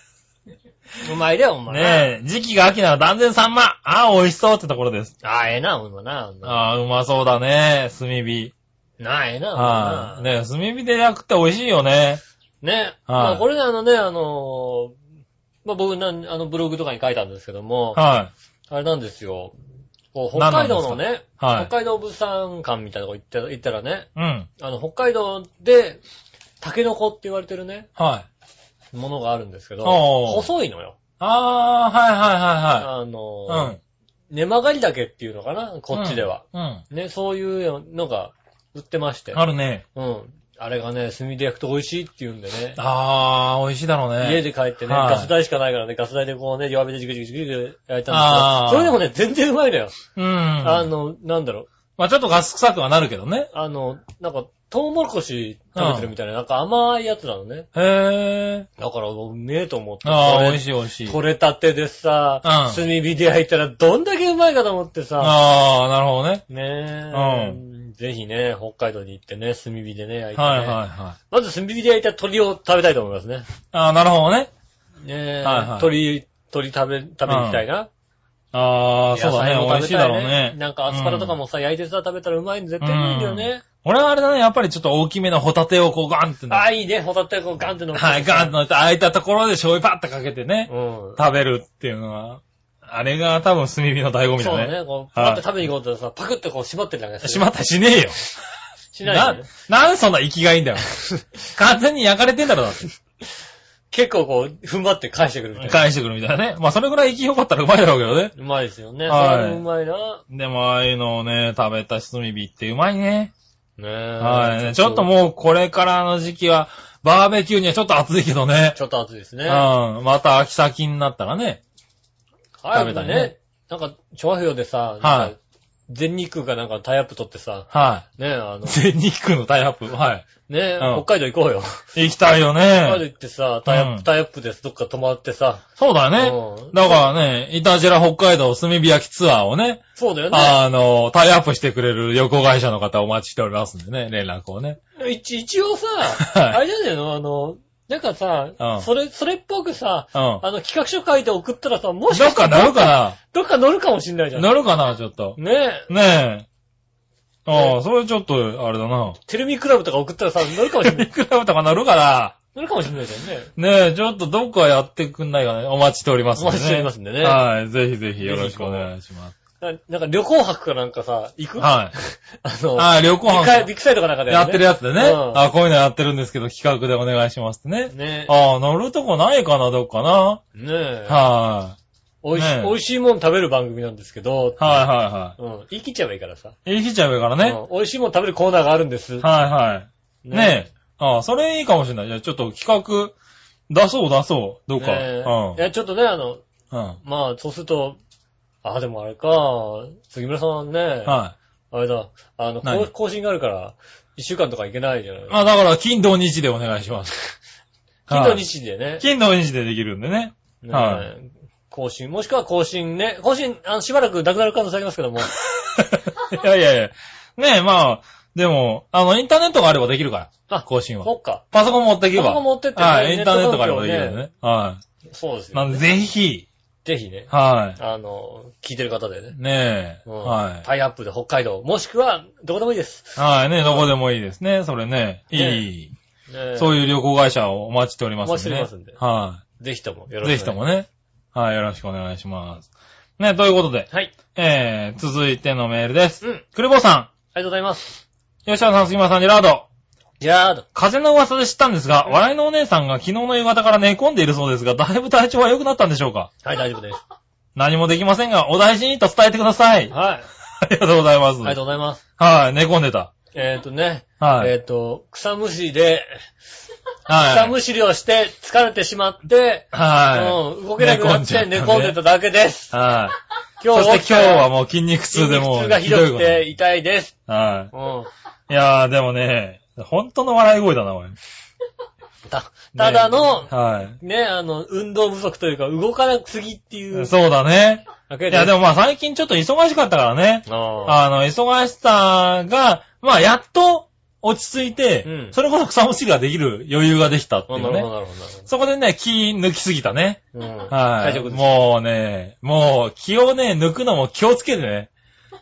S2: うまいで、ほんまな。
S3: ねえ、時期が秋なら断然サンマ。ああ、美味しそうってところです。
S2: ああ、ええな、ほんまな。ほんまな
S3: ああ、うまそうだね。炭火。
S2: なあ、ええな、ほん
S3: は
S2: ま
S3: い。
S2: な。ね。
S3: ねえ、炭火で焼くって美味しいよね。
S2: ね。まあ、
S3: はい
S2: これね、あのね、あのー、まあ僕なん、あの、ブログとかに書いたんですけども、
S3: は
S2: あれなんですよ。こう北
S3: 何な
S2: 海道
S3: んですか
S2: のね、
S3: い。は
S2: 北海道物産館みたいなとこ行った行ったらね、
S3: い。うん。
S2: あの、北海道で、タケノコって言われてるね、
S3: はい。
S2: ものがあるんですけど、
S3: おー
S2: 細いのよ。
S3: ああ、
S2: あ
S3: はいはいはいは
S2: の
S3: い。、
S2: 根曲がり竹っていうのかな、こっちでは。
S3: うん。うん。
S2: ね、そういうのが売ってまして。
S3: あるね。
S2: うん。あれがね、炭で焼くと美味しいって言うんでね。
S3: ああ、美味しいだろうね。
S2: 家で帰ってね、
S3: はい
S2: ガス台しかないからね、ガス台でこうね、弱火でジクジクジクジク焼いたん
S3: あ
S2: ですけど、そ
S3: ー
S2: れでもね、全然うまいのよ。
S3: うん。
S2: あ
S3: あの、
S2: の、なんだろう、
S3: まあちょっとガス臭くはなるけどね。
S2: あの、なんか、トウモロコシ食べてるみたいな、なんか甘いやつなのね。
S3: へえ。
S2: だから、うめえと思って。
S3: ああ、美味
S2: し
S3: しい美味しい。
S2: 取れたてでさ、
S3: うん
S2: 炭火で焼いたらどんだけうまいかと思ってさ、
S3: ああ、なるほどね。
S2: ねえ、ぜひね、北海道に行ってね、炭火でね、焼いて、ね。
S3: はいはいはい。
S2: まず炭火で焼いた鶏を食べたいと思いますね。
S3: ああ、なるほどね。
S2: ねえ、
S3: はいはい
S2: 鶏、鶏食べ、食べに行きたいな。
S3: ああ、そうだ
S2: 野菜
S3: ね。
S2: も
S3: 美味しいだろう
S2: 食べた
S3: ね。
S2: なんかアスパラとかもさ、焼いてさ、食べたらうまいの絶対うまいんだよね。
S3: 俺はあれだね、やっぱりちょっと大きめのホタテをこうガンってね
S2: ああ、いいね。ホタテこうガンって乗っけて
S3: はい、ガンって乗って開いたところで醤油パッとかけてね、
S2: うん。
S3: 食べるっていうのは、あれが多分炭火の醍醐味
S2: そう
S3: だ
S2: だ
S3: ね。
S2: ね。こう、
S3: はい
S2: パッて食べに行こうとさ、パクってこう縛ってるだけだ
S3: しまったらしねえよ。
S2: しないよね、
S3: な、なんでそんな生きがい いんだよ。完全に焼かれてんだろ、だって。
S2: 結構こう、踏ん張って返してくるみたいな。
S3: 返してくるみたいなね。まあそれぐらい生きよかったらうまいだろうけどね。
S2: うまいですよね。
S3: はい
S2: それもうまいな。
S3: でもああいうのをね、食べた炭火ってうまいね。
S2: ねえ。
S3: はい。ちょっともうこれからの時期は、バーベキューにはちょっと暑いけどね。
S2: ちょっと暑いです
S3: う
S2: ね。
S3: ん。また秋先になったらね。
S2: 早
S3: 食べ
S2: く
S3: たい
S2: ね
S3: ね、
S2: なんか、調和表でさ、
S3: はい
S2: なんか全日空かなんかタイアップ取ってさ、
S3: は
S2: ねえ、あの
S3: い。、全日空のタイアップ。はい。
S2: ねえ
S3: うん
S2: 北海道行こうよ。
S3: 行きたいよ
S2: 北海道
S3: ね。
S2: 行ってさ、タイア
S3: う
S2: ップ、
S3: ん
S2: タイアップです。どっか泊まってさ。
S3: そうだね。
S2: うん
S3: だからね、イタジェラ北海道炭火焼きツアーをね、
S2: そうだよね。
S3: あの、タイアップしてくれる旅行会社の方お待ちしておりますんでね、連絡をね。
S2: 一一応さ、
S3: はい
S2: あれじゃないのあの、なんかさ、
S3: うん
S2: それ、それっぽくさ、
S3: うん。
S2: あの、企画書書いて送ったらさ、もし
S3: どっか乗る
S2: ら
S3: か
S2: どっか乗るかもしんないじゃ。
S3: なん乗るかなちょっと。
S2: ねえ。
S3: ねえ。ああ、それちょっと、あれだな。
S2: テレミクラブとか送ったらさ、乗るかもしんない。
S3: クラブとか乗るから、
S2: 乗るかもしんないじゃんね。
S3: ねえ、ちょっとどっかやってくんないかね。お待ちしておりますん
S2: お
S3: でね。
S2: 待ちしておりますんでね
S3: はい。ぜひぜひよろしくお願いします。
S2: ななんか旅行博かなんかさ、行く
S3: はい。
S2: あの、
S3: ああ、旅行
S2: ビッグサイ
S3: 班
S2: ビッグサイトかなんかで、
S3: やってるやつでね。
S2: うん
S3: あこういうのやってるんですけど、企画でお願いしますってね。
S2: ね
S3: ああ、乗るとこないかな、どっかな。
S2: ねえ。
S3: は
S2: 美味しい、
S3: ねえ
S2: 美味しいもん食べる番組なんですけど
S3: い。、はいはいは
S2: うん。言い切っちゃえばいいからさ。
S3: い。言い切っちゃえばいいからね。
S2: うん美味しいもん食べるコーナーがあるんです。
S3: はいはい。ねえ。ああ、それいいかもしれない。じゃあちょっと企画、出そう出そう。どっか。
S2: ねえいや、ちょっとね、あの、
S3: うん。うん。
S2: まあ、そうすると、あ、でもあれか、杉村さんはね、
S3: はい。
S2: あれだ、あの、
S3: 何
S2: 更更新があるから、一週間とか行けないじゃない。
S3: あ、だから、金土日でお願いします。
S2: 金土
S3: はい
S2: 日でね。
S3: 金土日でできるんでね。
S2: ね
S3: は
S2: 更新、もしくは更新ね。更新、あの、しばらくなくなる可能性ありますけども。
S3: いやいやいや。ねえ、まあ、でも、あの、インターネッ トがあればできるか
S2: あ
S3: ら。更新は。
S2: そっか。
S3: パソコン持ってけば。
S2: パソコン持ってってね
S3: はい、
S2: ネ
S3: イン
S2: ット
S3: ター
S2: 環
S3: ネ
S2: 境
S3: ットがあればできるんでね。は
S2: そうです
S3: い。な
S2: よ、
S3: ん
S2: ね。
S3: で、ぜひ、
S2: ぜひね、
S3: は
S2: あの、聞いてる方でね
S3: い。。ねえ、
S2: うん
S3: はい。
S2: タイアップで北海道、もしくは、どこでもいいです。
S3: はい、ねどこでもいいですね。それね、い
S2: ね
S3: い。
S2: ね
S3: そういう旅行会社をお待ちしておりますんで、ね。
S2: お待ちしておりますんで
S3: は
S2: ぜひともよ
S3: い。
S2: ろしく。
S3: ぜひとも。ね。はい、よろしくお願いします。ね、ということで、
S2: はい。
S3: えー、続いてのメールです。
S2: うん。あり
S3: クルボさ
S2: がとうございます。
S3: ん、吉田さん、杉村さん、ジェラード。
S2: いやー、
S3: 風の噂で知ったんですが、笑いのお姉さんが昨日の夕方から寝込んでいるそうですが、だいぶ体調は良くなったんでしょうか
S2: はい、大丈夫です。
S3: 何もできませんが、お大事にと伝えてください。
S2: はい。
S3: ありがとうございます。
S2: ありがとうございます。
S3: はい、寝込んでた。
S2: えっ、とね、
S3: はい。
S2: えっ、と、草むしりで、草
S3: はい。
S2: むしりをして疲れてしまって、
S3: は
S2: うん、動けなくなって寝
S3: 寝込
S2: 込
S3: ん
S2: ん
S3: じゃ
S2: で
S3: った
S2: ただけです。
S3: い。はい。
S2: 今
S3: そ
S2: 日
S3: し
S2: 起き
S3: て今
S2: た
S3: 日はもう筋肉痛で
S2: 筋肉
S3: も
S2: 痛
S3: う、
S2: がひどくて
S3: いこ
S2: 痛いです。
S3: と。は
S2: うん。
S3: い。いやー、でもね、本当の笑い声だな、おい。
S2: た、ただの
S3: ね、は
S2: ね、あの、運動不足というか、動かなすぎっていう
S3: い。そうだね。
S2: だ
S3: い
S2: けで。
S3: や、でもまあ最近ちょっと忙しかったからね。
S2: もああ。
S3: あの、忙しさが、まあ、やっと落ち着いて、
S2: うん
S3: それこそ草むしりができる余裕ができたってい
S2: なるほ
S3: う
S2: ど、
S3: ね。
S2: なるほどなるほ
S3: そこでね、気抜きすぎたね。
S2: ど。うん。
S3: は
S2: 大
S3: い。
S2: 丈夫です。
S3: もうね、もう気をね、抜くのも気をつけてね。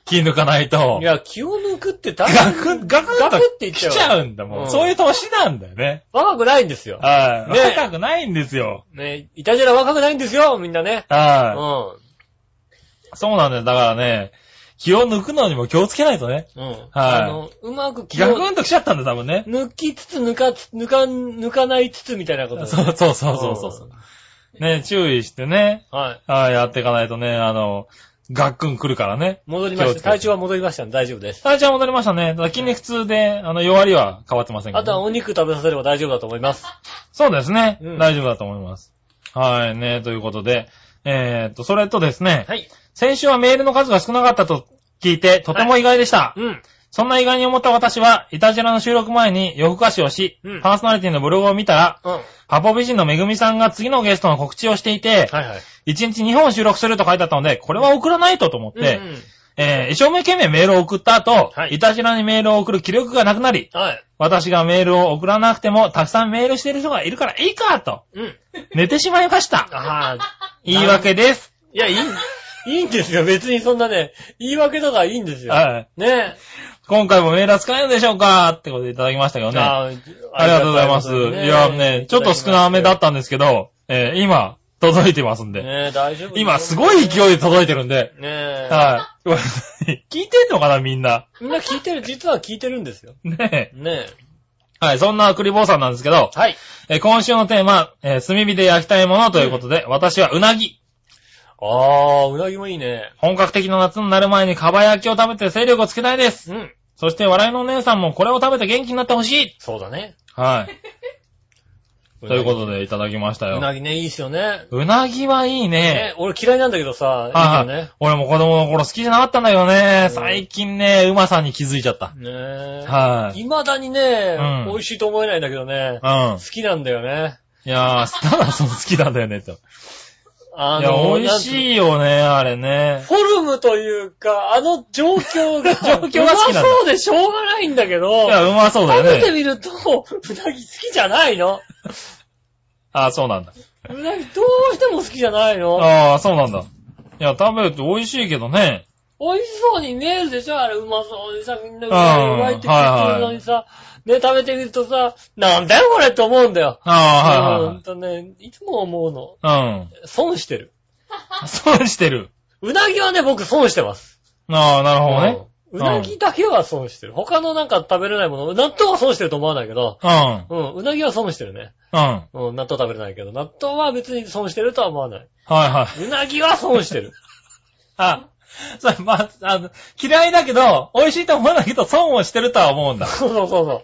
S3: 気抜かないと
S2: い。や、気を抜くって大
S3: ガ
S2: 変。
S3: クン、ガクン
S2: ガクンっ
S3: と
S2: ていっ
S3: 来
S2: ちゃう
S3: ちゃうんだ
S2: う
S3: も。
S2: んん
S3: そういう年なんだよね。
S2: 若くないんですよ。
S3: はい。
S2: ね
S3: 若くないんですよ。
S2: ね、イタジェラ若くないんですよ、みんなね。うん。
S3: は
S2: う
S3: い。そうなんだよ。だからね、気を抜くのにも気をつけないとね。
S2: ん。
S3: はい
S2: あの、うまく気
S3: ガ
S2: を
S3: クンと来ちゃったんだよ、多分ね。
S2: 抜きつつ、抜かつ、抜か、抜かないつつみたいなこと。
S3: そうそうそうそうそう。ね、注意してね、
S2: はい。
S3: はい、やっていかないとね、あの、ガックン来るからね。
S2: 戻りま
S3: 気を
S2: し
S3: つけ
S2: た。
S3: て
S2: 体調は戻りましたんで大丈夫です。
S3: 体調は戻りましたね。ただ筋肉痛で、あの、弱りは変わってませんけど、
S2: あ
S3: ね。
S2: とはお肉食べさせれば大丈夫だと思います。
S3: そうですね、
S2: うん
S3: 大丈夫だと思います。はい、ね、ということで、えーっと、それとですね、
S2: はい。
S3: 先週はメールの数が少なかったと聞いて、とても意外でした。
S2: うん。
S3: そんな意外に思った私は、イタジェラの収録前に夜更かしをし、
S2: うん
S3: パーソナリティのブログを見たら、
S2: うん。はい
S3: ハポ美人のめぐみさんが次のゲストの告知をしていて、
S2: はい。
S3: 1日2本収録すると書いてあったので、これは送らないとと思っ
S2: うんう
S3: て、
S2: ん、
S3: えー一生懸命メールを送った後、
S2: はい
S3: イタジェラにメールを送る気力がなくなり、
S2: はい。
S3: 私がメールを送らなくても、たくさんメールしている人がいるからいい かと、
S2: うん。
S3: 寝てしまいました。
S2: ああ。
S3: 言い訳です。
S2: いや、いい、いいんですよ。別にそんなね、言い訳とかいいんですよ。
S3: はい
S2: ね
S3: 今回もメールは使えるのでしょうかってことでいただきましたけどね。
S2: あ
S3: ありがとうございます。いやね、ちょっと少なめだ
S2: っ
S3: ったんですけど、えー今、届いてますん
S2: て
S3: で。
S2: ねえ、大丈夫
S3: 今、すごい勢い
S2: い。
S3: で届いてるんで。
S2: ねえ。
S3: はい。聞い てんのかな、みんな。
S2: みんな聞いてる、実は聞いてるんですよ。
S3: ねえ。
S2: ね
S3: はい、そんなクリボーさんなんですけど
S2: え。、はい。
S3: えー今週のテーマ、えー炭火で焼きたいものということで、私はうなぎ。
S2: ああ、うなぎもいいね。
S3: 本格的な夏になる前にかば焼きを食べて勢力をつけたいです。
S2: うん。
S3: そして、笑いのお姉さんもこれを食べて元気になってほしい。
S2: そうだね。
S3: はい。ということで、いただきました
S2: う
S3: よ。
S2: なぎね、いいっすよね。
S3: うなぎはいいね
S2: ね、俺嫌いなんだけどさ、
S3: はい
S2: いい
S3: はい
S2: よね。
S3: 俺も子供の頃好きじゃなかったんだけどね。
S2: うん
S3: 最近ね、うまさに気づいちゃった。
S2: ねえ。
S3: はい。
S2: 未だにね
S3: うん、
S2: 美味しいと思えないんだけどね、
S3: うん
S2: 好。きなんだよね。
S3: いやー、スターダスト好きなんだよね、と。い
S2: あ
S3: や、
S2: の、
S3: 美味
S2: い。
S3: しいよね、あれね。
S2: フォルムというか、あの状況 が、
S3: 状況が好き
S2: う
S3: なんだ
S2: まそうでしょうがないんだけ
S3: い
S2: ど、
S3: や、うまそうだ
S2: 食べて
S3: よね。
S2: みると、うなぎ好きじゃないの
S3: あー、そうなんだ。
S2: うなぎどうしても好きじゃないの
S3: あー、そうなんだ。いや、食べると美味しいけどね。
S2: 美味しそうに見えるでしょあれうまそうでさ、みんなう
S3: う
S2: まい
S3: ん
S2: うまいって言ってるのにさ、ね、食べてみるとさ、なんだよこれって思うんだよ。
S3: あ
S2: うーんとね、いつも思うの。
S3: ー、はいはいはい。
S2: 損してる。
S3: うん。損してる。
S2: うなぎはね、僕損してます。
S3: ああ、なるほどね。
S2: うんうなぎだけは損してる。他のなんか食べれないもの、納豆は損してると思わないけど、
S3: うん。
S2: うん、うなぎは損してるね。
S3: うん。はい
S2: うん、納豆食べれないけど、納豆は別に損してるとは思わない。
S3: はい。
S2: うなぎは損してる。
S3: あ、そう、まあ、あの、嫌いだけど、美味しいと思わないけど、損をしてるとは思うんだ。
S2: そうそうそうそう。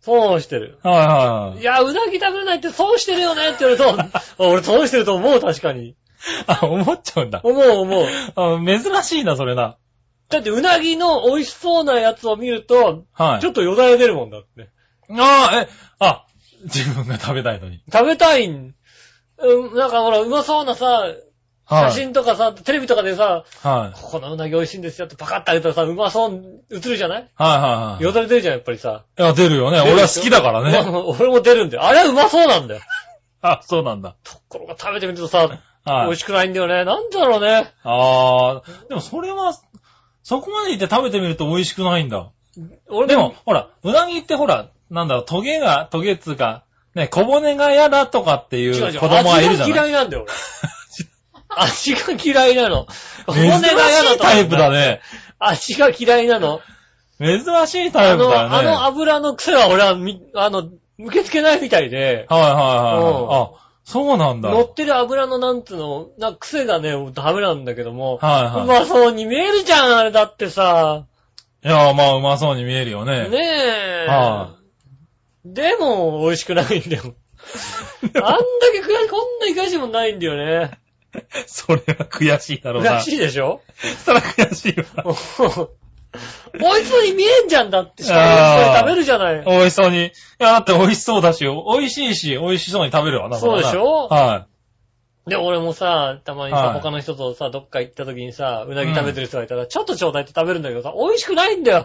S2: 損してる。
S3: はいはいはいい。
S2: や、うなぎ食べれないって損してるよねって言われると、あ俺損してると思う、確かに。
S3: あ、思っちゃうんだ。
S2: 思う思う。
S3: あ珍しいな、それな。
S2: だってうなぎの美味しそうなやつを見ると、
S3: はい。
S2: ちょっとよだれ出るもんだって。
S3: ああ、え、あ、自分が食べたいのに。
S2: 食べたいん。うん、なんかほら、うまそうなさ、
S3: はい。
S2: 写真とかさ、テレビとかでさ、
S3: はい。
S2: ここのうなぎ美味しいんですよってパカッてあげたらさ、うまそうに映るじゃない
S3: はいはいはい。
S2: よだれ出るじゃん、やっぱりさ。
S3: いや、出るよね。俺は好きだから
S2: 出る
S3: ね。
S2: よ。 俺も出るんだよ。あれはうまそうなんだよ。
S3: あ、そうなんだ。
S2: ところが食べてみるとさ、美
S3: はい
S2: 味。しくないんだよね。なんだろうね。
S3: ああ、でもそれは、そこまで言って食べてみると美味しくないんだ。
S2: 俺
S3: でも、、ほら、うなぎってほら、なんだろう、トゲが、トゲっつうか、ね、小骨が嫌だとかってい
S2: 違う
S3: う
S2: 違
S3: 子
S2: う。
S3: 供はいるじゃ
S2: 味が
S3: ない
S2: 嫌いなんだよ、 俺。味が嫌いなの。骨
S3: 珍しいタイプだ
S2: ね。
S3: ね。
S2: 味が嫌いなの。
S3: 珍しいタ
S2: あ
S3: イプ
S2: の、
S3: だね。
S2: あの油の癖は俺はみ、あの、受け付けないみたいで、
S3: はいはい
S2: うん
S3: はいはい。あ、そうなんだ。
S2: 乗っ
S3: は
S2: てる油のなんつうの、な、癖がね、ダメなんだけども、う
S3: いはい。
S2: まそうに見えるじゃん、あれだってさ。
S3: いや、まあ、うまそうに見えるよね。
S2: ねえ。
S3: は
S2: でも、美味しくないんだよ。あんだけ悔しい、こんなに悔しいもんないんだよね。
S3: それは悔しいだろうな。
S2: 悔しいでしょ
S3: それは悔しいわ。
S2: もう美味しそうに見えんじゃんだって、しか
S3: あ
S2: も
S3: ー
S2: それ食べるじゃない。
S3: 美味しそうに。いや、だって美味しそうだし、美味しいし、美味しそうに食べるわな。
S2: そうでしょ
S3: は
S2: で、俺もさ、たまにさ、
S3: はい
S2: 他の人とさ、どっか行った時にさ、うなぎ食べてる人がいたら、ちょっとちょうだいって食べるんだけどさ、美味しくないんだよ。
S3: い。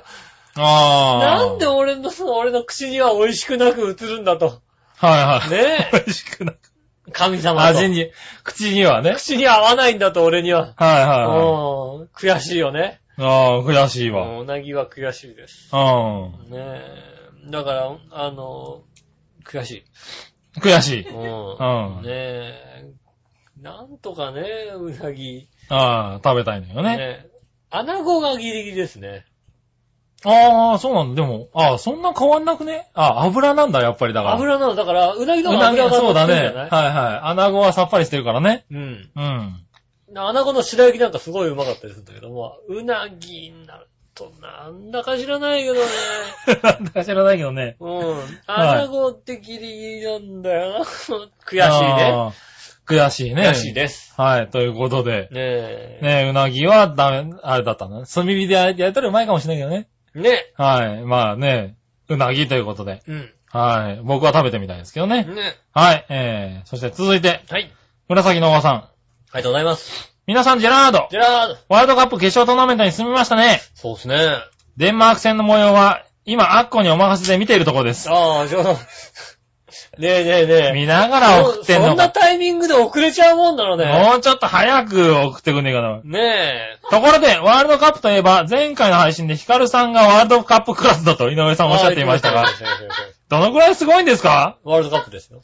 S3: ああ。
S2: なんで俺の、そう俺の口には美味しくなく映るんだと。
S3: は いはい。
S2: ね
S3: 美味しくない。
S2: え。神様と。
S3: 味に、口にはね。
S2: 口に合わないんだと、俺には。
S3: はいうはいはい。
S2: ん。悔しいよね。
S3: ああ、悔しいうわ。
S2: んうなぎは悔しいです。
S3: うん。
S2: ねえ。だから、あの、悔しい。
S3: 悔しい。
S2: うん
S3: うん
S2: ねえ。なんとかね、うなぎ。
S3: ああ、食べたいのよ
S2: ね
S3: ね。
S2: え。穴子がギリギリですね。
S3: ああ、そうなんだ。でも、ああ、そんな変わんなくねああ、油なんだ、やっぱりだから。
S2: 油なの、だから、うなぎ
S3: う
S2: の方が
S3: なぎ
S2: 油が
S3: そうだね。
S2: 乗ってるんじ
S3: は
S2: ゃ
S3: い
S2: ない
S3: はい。穴子はさっぱりしてるからね。
S2: うん。
S3: うん。
S2: 穴子の白焼きなんかすごいうまかったりするんだけども、うなぎになるとなんだか知らないけどね。
S3: なんだか 知らないけどね。
S2: うん。
S3: はい
S2: 穴子ってギリギリなんだよな。悔しいね。
S3: ああ。悔しいね。
S2: 悔しいです。
S3: はい、ということで。
S2: ねえ。
S3: ねうなぎはダメ、あれだったんだね。炭火でややったらうまいかもしれないけどね。
S2: ね
S3: はい、まあね、うなぎということで。
S2: うん。
S3: はい、僕は食べてみたいですけどね。
S2: ね
S3: はい、えー、そして続いて、
S2: はい。
S3: 紫のおばさん。
S2: ありがとうございます。
S3: 皆さん、ジェラード
S2: じゃあ、
S3: ワールドカップ決勝トーナメントに進みましたね。
S2: そうですね。
S3: デンマーク戦の模様は、今、アッコにお任せで見ているところです。
S2: ああ、ちょうど。ねえねえねえ。
S3: 見ながら送ってん
S2: そそ
S3: の
S2: んな
S3: か。
S2: タイミングで遅れちゃうもんなのね。
S3: もうちょっと早く送ってくんねえかな。
S2: ねえ。
S3: ところで、ワールドカップといえば、前回の配信でヒカルさんがワールドカップクラスだと井上さんおっしゃっていましたが
S2: は、そうそうそうそう
S3: どのくらいすごいんですか
S2: ワールドカップですよ。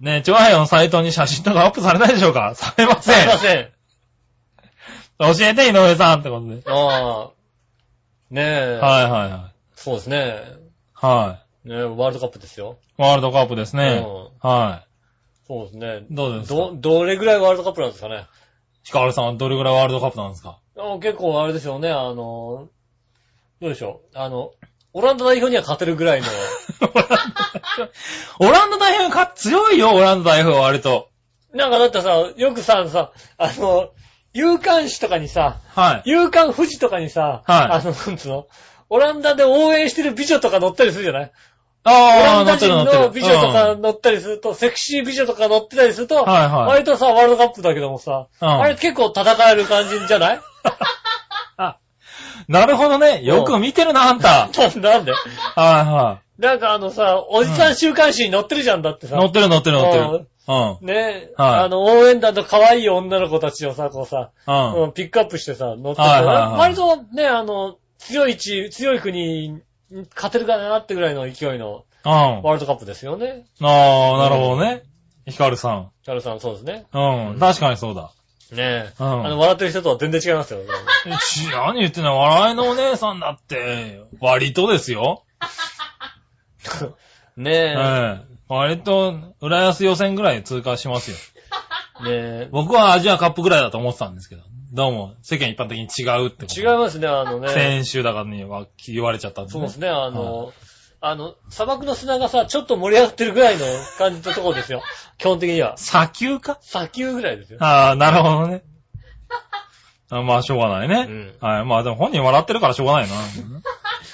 S3: ねえ、チョアヘヨのサイトに写真とかアップされないでしょうかされませ
S2: すいま
S3: ん。
S2: せん。
S3: 教えて、井上さんってことで。
S2: ああ。ねえ。
S3: はいはいはい。
S2: そうですね。
S3: は
S2: ねえ、ワールドカップですよ。
S3: い。ワールドカップですね。は
S2: そうですね。
S3: い。どうですか
S2: ど、どれぐらいワールドカップなんですかね。
S3: ヒカルさんはどれくらいワールドカップなんです か
S2: あ結構あれですよね、あの、どうでしょう。あの、オランダ代表には勝てるぐらい の。
S3: オランダ代表か、強いよ、オランダ代表は割と。
S2: なんかだってさ、よくさ、さ、あの、有刊誌とかにさ、
S3: はい。
S2: 勇敢富士とかにさ、
S3: はい
S2: あの、なんつうの、オランダで応援してる美女とか乗ったりするじゃないオ
S3: あ
S2: ラ
S3: あ、
S2: ン
S3: 乗
S2: ダ
S3: って
S2: 人
S3: る乗ってる。
S2: の美女とか
S3: うん
S2: 乗ったりすると、セクシー美女とか乗ってたりすると、
S3: はいはい
S2: 割とさ、ワールドカップだけどもさ、
S3: うん
S2: あれ結構戦える感じじゃない
S3: なるほどね。よく見てるな、あんた。
S2: なんなんで
S3: はいはい。
S2: なんかあのさ、おじさん週刊誌に乗ってるじゃんだってさ、
S3: 乗ってる乗ってる乗ってる。うん。
S2: ね、
S3: はい
S2: あの、応援団と可愛い女の子たちをさ、こうさ、
S3: うん。
S2: うんピックアップしてさ、乗って
S3: はいはいはい
S2: 割とね、あの、強い地、強い国に勝てるかなってぐらいの勢いの
S3: うん。あ
S2: ワールドカップですよね。
S3: あ、なるほどね。ヒカルさん。
S2: チャルさん、そうですね。
S3: うん。確かにそうだ。
S2: ねえ。
S3: うん
S2: あの、笑ってる人とは全然違いますよ。
S3: ち、何言ってんの笑いのお姉さんだって、割とですよ。え
S2: ね
S3: え割と、浦安予選ぐらい通過しますよ。
S2: え。ねえ。
S3: 僕はアジアカップぐらいだと思ってたんですけど、どうも世間一般的に違うってこと
S2: 違いますね、あのね。
S3: 先週だからには言われちゃったんで、
S2: そうですね、あの、あの、砂漠の砂がさ、ちょっと盛り上がってるぐらいの感じのところ ですよ。基本的には。
S3: 砂丘か
S2: 砂丘ぐらいですよ。
S3: ああ、なるほどね。あまあ、しょうがないね。はい。まあ、でも本人笑ってるからしょうがないな。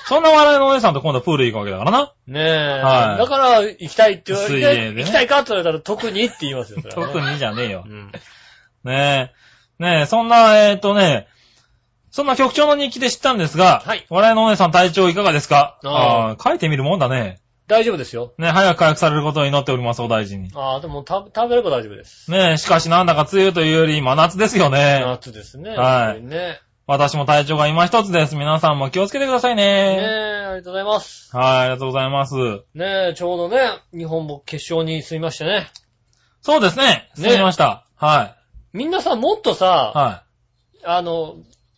S3: そんな笑いのお姉さんと今度プール行くわけだからな。
S2: ねえ。
S3: はい
S2: だから、行きたいって言われ
S3: 水
S2: て、
S3: 泳でね
S2: 行きたいかって言われたら、特にって言いますよ、それはね
S3: 特にじゃねえよ
S2: う。ん。
S3: ねえ。ねえ、そんな、えっ、とね、そんな局長の日記で知ったんですが、
S2: はい
S3: 笑いのお姉さん体調いかがですか
S2: あ
S3: あー書いてみるもんだね。
S2: 大丈夫ですよ。
S3: ねえ早く回復されることを祈っております、お大事に。
S2: ああ、でも、た食べれば大丈夫です。
S3: ねえ、しかしなんだか梅雨というより真夏ですよね。
S2: 夏ですね。本
S3: はい
S2: 当にね。
S3: 私も体調が今一つです。皆さんも気をつけてください
S2: ねえ、
S3: ね。
S2: ありがとうございます。
S3: はい、ありがとうございます。
S2: ねえ、ちょうどね、日本も決勝に進みましてね。
S3: そうですね。
S2: ね
S3: 進みました。は
S2: みんなさ、もっと
S3: い。
S2: さ、
S3: は
S2: あの、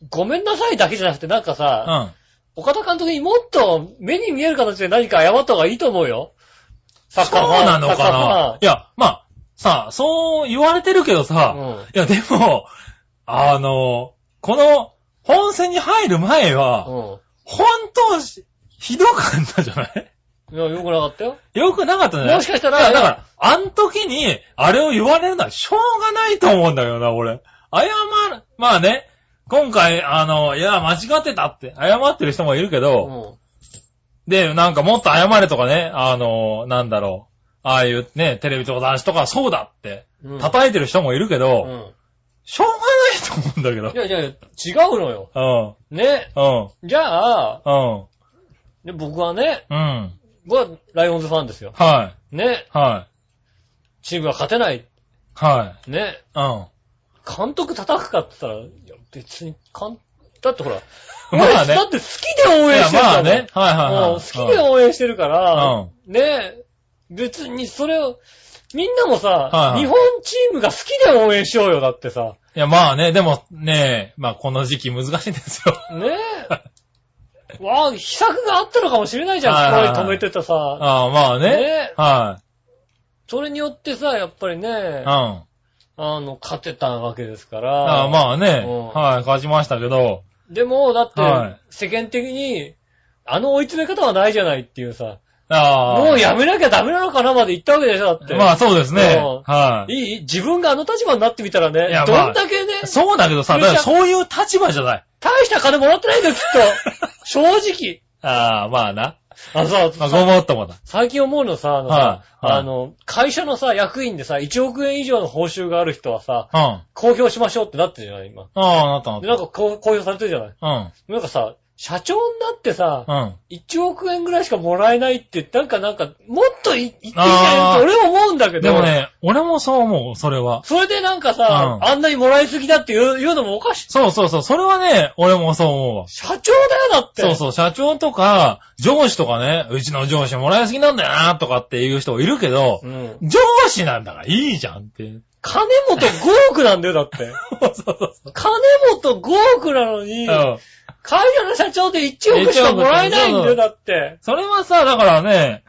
S2: ごめんなさいだけじゃなくて、なんか
S3: い。う
S2: さ、
S3: ん。
S2: 岡田監督にもっと目に見える形で何か謝った方がいいと思うよ。サッ
S3: そ
S2: カー
S3: う
S2: ファン
S3: なのか
S2: サッカ
S3: な
S2: ー
S3: いや、まあ、さあ、そう言われてるけどさ、
S2: ファンうん
S3: いや、でも、あの、この、本戦に入る前は、
S2: う
S3: 本当、ひどかったじゃない
S2: ん。いや、よくなかったよ。
S3: よくなかったじゃない
S2: もしかしたら
S3: いやだから、あの時に、あれを言われるのはしょうがないと思うんだよな、俺。謝る、まあね、今回、あの、いや、間違ってたって、謝ってる人もいるけ
S2: う
S3: ど、
S2: ん。
S3: で、なんかもっと謝れとかね、あの、なんだろう。ああいうね、テレビとか雑誌とかそうだって、
S2: うん
S3: 叩いてる人もいるけど、
S2: うん。
S3: しょうがないと思うんだけど
S2: い。やいや、違うのよ。
S3: うん、
S2: ね。
S3: うん、
S2: じゃあ、
S3: うん、
S2: ね僕はね、
S3: うん。
S2: 僕はライオンズファンですよ。
S3: はい、
S2: ね。
S3: はい、
S2: チームが勝てない。
S3: はい、
S2: ね。
S3: うん。
S2: 監督叩くかって言ったら、いや、別に、かん、だってほら、
S3: まあ
S2: 俺
S3: ね
S2: だ。って好きで応
S3: い
S2: 援
S3: や
S2: してる
S3: ま
S2: か
S3: あ
S2: ら
S3: ね。。はいはいはい。
S2: もう好きで応援してるから、
S3: う
S2: ねえ、別にそれを、みんなもさ、
S3: はい
S2: 日本チームが好きで応援しようよ、だってさ。
S3: いや、まあね、でもね、まあこの時期難しいですよ。
S2: ね え。わあ、秘策があったのかもしれないじゃ
S3: はいはい
S2: ん、
S3: はい
S2: 声止めてたさ。
S3: ああ、まあね。
S2: ねえ。
S3: は
S2: それによってさ、やっぱり
S3: い。う
S2: ね
S3: ん。、あ
S2: あの、勝てたわけですから。
S3: あまあね、
S2: うん
S3: はい、勝ちましたけど、
S2: でも、だ
S3: は
S2: って世
S3: い、
S2: 間的に、あの追い詰め方はないじゃないっていうさ、
S3: ああ。
S2: もうやめなきゃダメなのかなまで言ったわけでしょ、だって。
S3: まあそうですね。
S2: うん
S3: はい。
S2: いい自分があの立場になってみたらね、
S3: いやま
S2: ど
S3: あ
S2: んだけね、
S3: そうだけどさ、
S2: めちゃ
S3: だからそういう立場じゃない。
S2: 大した金もらってないんだよ、きっ と。正直。
S3: ああ、まあな。
S2: あのさ、
S3: まあ、ごもっともだ。
S2: 最近思うのさ、あのさ、
S3: はいはい
S2: あの、会社のさ、役員でさ、1億円以上の報酬がある人はさ、
S3: うん。あ
S2: 公表しましょうってなってるじゃない、今。
S3: あ、なったなっ
S2: で、なんかこう公表されてるじゃない。
S3: た。
S2: なんかさ、社長になってさ、
S3: うん。うん。
S2: 1億円ぐらいしかもらえないって、なんかなんか、もっとい言っていいんじゃ
S3: あ
S2: ない
S3: ー
S2: のって俺思うんだけど。
S3: でも。ね、俺もそう思う、それは。
S2: それでなんかさ、
S3: うん
S2: あんなにもらいすぎだって言う言うのもおかしい。
S3: そうそうそう、それはね、俺もそう思うわ。
S2: 社長だよ、だって。
S3: そうそう、社長とか、上司とかね、うちの上司もらいすぎなんだよな、とかっていう人いるけど、
S2: うん。
S3: 上司なんだからいいじゃんって。
S2: 金本5億なんだよ、だって。
S3: そうそうそう。
S2: 金本5億なのに、
S3: うん。
S2: 会社の社長で1億しかもらえないんだよ、
S3: 1億
S2: だって。
S3: それはさ、だからね、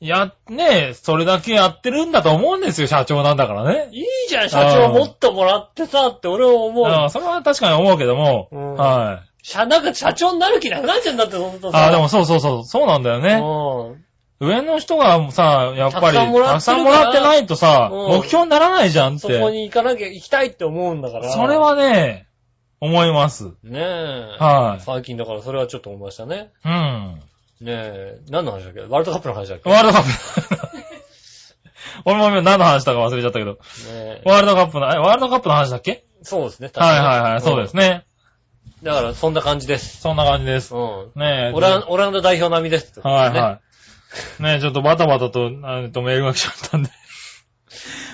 S3: や、ね、それだけやってるんだと思うんですよ、社長なんだからね。
S2: いいじゃん、社長もっともらってさ、って俺は思
S3: あ
S2: う。
S3: それは確かに思うけども、
S2: うん
S3: はい。
S2: 社、なんか社長になる気なくなっちゃうんだって、ほんとさ。
S3: ああ、でもそうそうそう、そうなんだよね。
S2: もね。
S3: 上の人がさ、やっぱり、
S2: たくさんもらってるから
S3: たくさんもらってないとさ、
S2: うん
S3: 目標にならないじゃん
S2: う
S3: っ
S2: ん。
S3: て。
S2: そこに行かなきゃ行きたいって思うんだから。
S3: それ。はね、思います。
S2: ねえ。
S3: はい
S2: 最近だからそれはちょっと思いましたね。
S3: うん。
S2: ねえ。何の話だっけワールドカップの話だっけ
S3: ワールドカップ。 俺も今何の話だか忘れちゃったけど。
S2: ねえ
S3: ワールドカップの、えワールドカップの話だっけ
S2: そうですね。
S3: はいはいはい、そうです
S2: ね。
S3: ね。
S2: んだから、そんな感じです。
S3: そんな感じです。
S2: うん。
S3: ねえ。
S2: オランオランダ代表並みです。
S3: はい
S2: ね
S3: はい。ねえ、ちょっとバタバタと、あえっとメールが来ちゃったんで。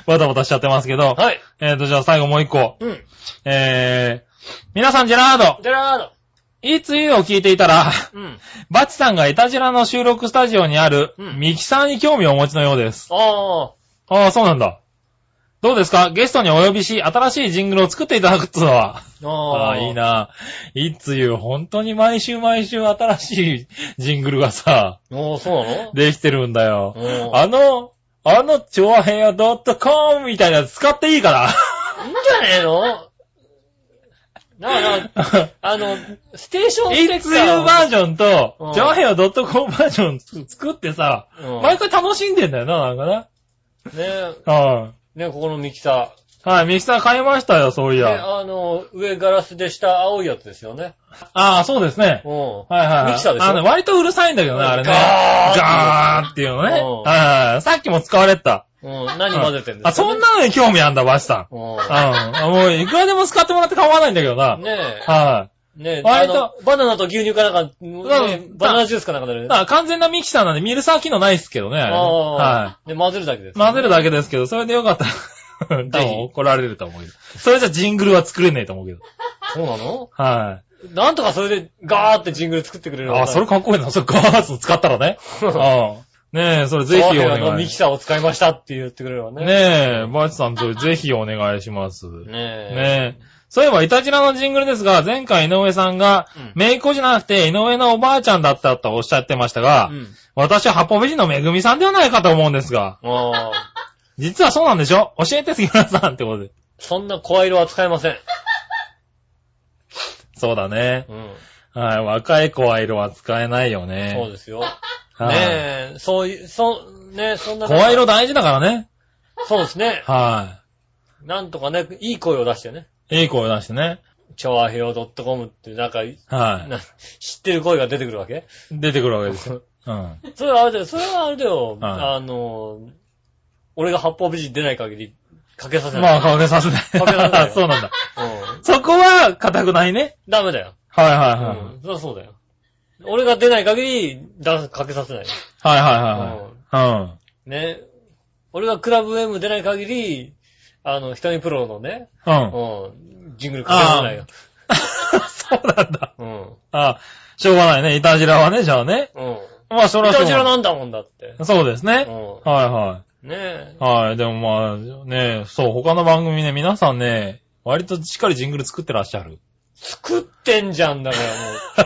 S3: バタバタしちゃってますけど。
S2: はい。
S3: えっと、じゃあ最後もう一個。
S2: うん。
S3: えー、皆さんジェラード、
S2: ジェラード。
S3: いついを聞いていたら、
S2: うん。
S3: バチさんがイタジラの収録スタジオにある
S2: うん
S3: ミキサーに興味をお持ちのようです。
S2: ああ。
S3: ああ、そうなんだ。どうですかゲストにお呼びし、新しいジングルを作っていただくっつうのは。ああ、いいな。いつゆ、本当に毎週毎週新しいジングルがさ、
S2: おー、そうなの
S3: できてるんだよ。
S2: うん
S3: あの、あの、ちょわへや .com みたいなやつ使っていいか
S2: いいんじゃねえのだ から、
S3: ら。
S2: あの、ステーションス
S3: い
S2: テッカ
S3: つゆ
S2: ーを。
S3: バージョンと
S2: うん、
S3: ちょわへや .com バージョンつ作ってさ、
S2: うん
S3: 毎回楽しんでんだよな、なんかな。
S2: ね
S3: うん
S2: ねここのミキサ
S3: はい、ミキサー買いましたよ、そうい
S2: ー。ね
S3: や。
S2: あの、上ガラスで下青いやつですよね。
S3: ああ、そうですね。
S2: うん。
S3: はいはいはい。
S2: ミキサーでしょ
S3: あの、割とうるさいんだけどね、あれね。
S2: ガ
S3: ガーっていうのね。
S2: うん
S3: はいはい。さっきも使われてた。
S2: うん。何混ぜてんですか
S3: あ、そん
S2: な
S3: なのに興味あんだ、バチさん。うん。
S2: う
S3: あもう、いくらでも使ってもらって構わないんだけどな。
S2: ん。ね
S3: は
S2: え。ねえ。
S3: 割と
S2: あのバナナと牛乳かなんか、ねバナナジュースかなんか
S3: い。
S2: で。
S3: まあ、完全なミキサーなんでミルサー機能ないっすけどね、あれね。は
S2: で、混ぜるだけです。
S3: い。混ぜるだけですけど、それでよかった ら多分怒られると思うけど。それじゃジングルは作れねえと思うけど。
S2: そうなの
S3: は
S2: なんとかそれでガーってジングル作ってくれ
S3: い。
S2: るのかな
S3: あ、それかっこいいな。それガーッと使ったら ね。うん。ねえ、それぜひお
S2: あの
S3: 願い
S2: ミキサーを使いましたって言ってくれればね。
S3: ねえ、バチさん、それぜひお願いします。
S2: ねえ。
S3: ねえ。そういえば、イタジラのジングルですが、前回井上さんが
S2: うん、
S3: めいっ子じゃなくて井上のおばあちゃんだったとおっしゃってましたが、
S2: うん。
S3: 私は八方美人のめぐみさんではないかと思うんですが、
S2: ああ。
S3: 実はそうなんでしょ教えて杉村さんってことで。
S2: そんな声色は使えません。
S3: そうだね。
S2: うん。
S3: はい、若い子は色は使えないよね。
S2: そうですよ。
S3: は
S2: ね
S3: い
S2: え、そういう、そ、ねえ、そんな。
S3: 声色大事だからね。
S2: そうですね。
S3: は
S2: なんとかね、いい声を出してね。
S3: い。いい声出してね。
S2: 超アヘオ .com って、なんか、
S3: は
S2: な知ってる声が出てくるわけ
S3: い。出てくるわけ ですよ。うん。
S2: それはあれだよ、それはあれだよ、
S3: はい
S2: あの、俺が八方美人出ない限り、かけさせない。
S3: まあ、顔でさせない。
S2: 顔出させない
S3: そうなんだ。
S2: うん。
S3: そこは、固くないね。
S2: ダメだよ。
S3: はいは
S2: う
S3: いはい。
S2: ん。そりゃそうだよ。俺が出ない限り、だかけさせない。
S3: はいはいはいはい。うん。
S2: ね。俺がクラブ M 出ない限り、あの、瞳プロのね、
S3: うん。
S2: うん、ジングルかけさせないよ。
S3: そうなんだ。
S2: うん。
S3: あしょうがないね。いたじらはね、じゃあね。
S2: う
S3: まあ、そ
S2: ん。
S3: れ
S2: い
S3: はそう
S2: たじらなんだもんだって。
S3: そうです
S2: う
S3: ね。
S2: ん。
S3: はいは
S2: ねえ
S3: い。。はい。でもまあ、ね、そう、他の番組ね、皆さんね、割としっかりジングル作ってらっしゃる。
S2: 作ってんじゃんだか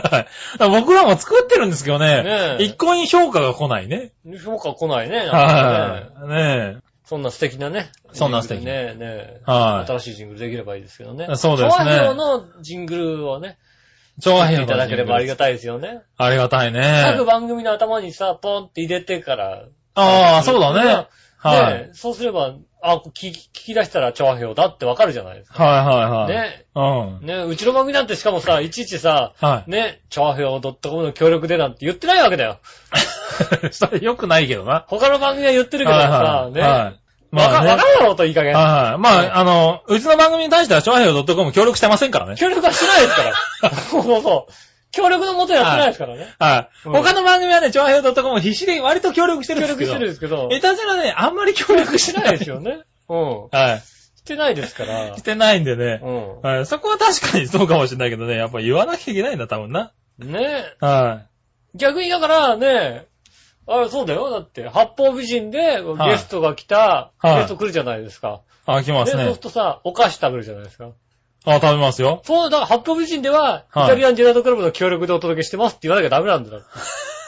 S2: ら
S3: はい僕らも作ってるんですけど
S2: ね
S3: ね。
S2: え
S3: 一向に評価が来ないね。
S2: もう。評価来ないね。なんかね
S3: はい。ね
S2: そんな素敵なね。
S3: そんな素敵
S2: ジングルね。ね
S3: え。は
S2: 新しいジングルできればいいですけどね。
S3: そうですね
S2: 調和表のジングルをね、
S3: い。長
S2: 作っ
S3: 編
S2: ていただければありが
S3: たい。
S2: たいですよね。
S3: ありがたいね。
S2: 各番組の頭にさ、ポンって入れてから。
S3: ああ、そうだね。はい。
S2: ねそうすれば、あ、聞き聞き出したら調和表だってわかるじゃないですか。
S3: はいはいはい。
S2: ね。
S3: うん。
S2: ね、うちの番組なんてしかもさ、いちいちさ、
S3: はい。
S2: ね、調和表 .com の協力でなんて言ってないわけだよ。
S3: それ良くないけどな。
S2: 他の番組は言ってるけど
S3: は
S2: さ、
S3: いはい
S2: ね。
S3: はい。
S2: わか、わかるだろうといい加減。
S3: はいはい。まあ、あの、うちの番組に対しては、超平洋 .com 協力してませんからね。
S2: 協力はしてないですから。そうそうそう。協力のもとやってないですからね。
S3: はい。
S2: うん
S3: 他の番組はね、超平洋 .com 必死で割と協力してるん
S2: 協
S3: で
S2: 力
S3: すけ
S2: して
S3: ど
S2: るん。ですけど、
S3: えたじらね、あんまり協力し
S2: しててない
S3: ない
S2: で
S3: ですすよ。
S2: よね。うん。
S3: は
S2: してないですから
S3: い。し。てないんでね。
S2: う
S3: はい。そこは確かにそうかもしれないけどね、やっぱ言わなきゃいけないんだ、多分な。
S2: ん。ねえ。
S3: は
S2: 逆にだからね、あそうだよ。だって、八方美人で
S3: はい
S2: ゲストが来た、
S3: はい
S2: ゲスト来るじゃないですか。
S3: い。あ、来ま
S2: で、
S3: す
S2: そうす
S3: ね
S2: る。とさ、お菓子食べるじゃないですか。
S3: あ、食べますよ。
S2: そう、だから八方美人では、イ
S3: はい
S2: タリアンジェラートクラブの協力でお届けしてますって言わなきゃダメなん だよ。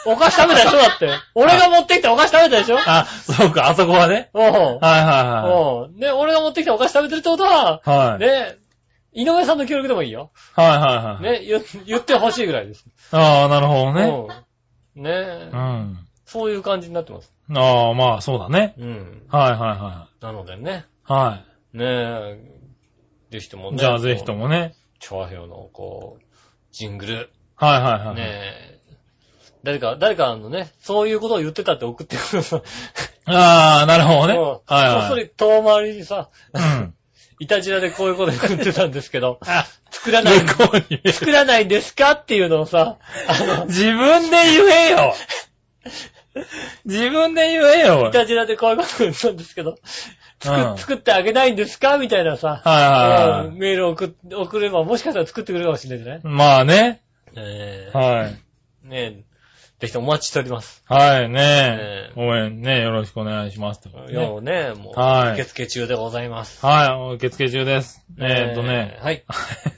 S2: お菓子食べたでしょだって。俺が持ってきたお菓子食べたでしょ
S3: あ、そうか、あそこはね。
S2: うん。
S3: はいは
S2: うん。ね、俺が持ってきたお菓子食べてるってことは、
S3: いはい。はい。
S2: ね、井上さんの協力でもいいよ。
S3: はいはいはい。
S2: ね、言言ってほしいぐらいです。
S3: ああ、なるほどね。
S2: うん。ね
S3: う、ん。
S2: そういう感じになってます。
S3: ああ、まあ、そうだね。
S2: うん。
S3: はいはいは
S2: なのでね、
S3: い。はい。
S2: ねえ、ぜひともね。
S3: じゃあぜひと
S2: も。
S3: もね。
S2: 調和表の、こう、ジングル、
S3: はいはいはい。
S2: ねえ、誰か、誰かのね、そういうことを言ってたって送ってくるさ。
S3: ああ、なるほど
S2: う
S3: ね。
S2: ん
S3: はい
S2: こっそ
S3: はい。
S2: り遠回りにさ、
S3: うん。
S2: いたじらでこういうこと言ってたんですけ ど、
S3: あ、
S2: 作らない、
S3: 向こうに。
S2: 作らないんですかっていうのをさ、あの、
S3: 自分で言えよ自分で言えよおい
S2: いたじらでこういうこと言ったんですけど、作っ作ってあげないんですかみたいなさ、
S3: はいはい
S2: うん
S3: はい。
S2: メールを送っ送ればもしかしたら作ってくれるかもしれないじゃない
S3: まあね。
S2: ねえ
S3: はい。
S2: ねえ。ぜひともお待ちしております。
S3: はい、ね
S2: ね
S3: え。応援ね、よろしくお願いします。
S2: ようね、もう、
S3: はい
S2: 受付中でございます。
S3: はい、受付中です。えーっとね
S2: え、ーはい。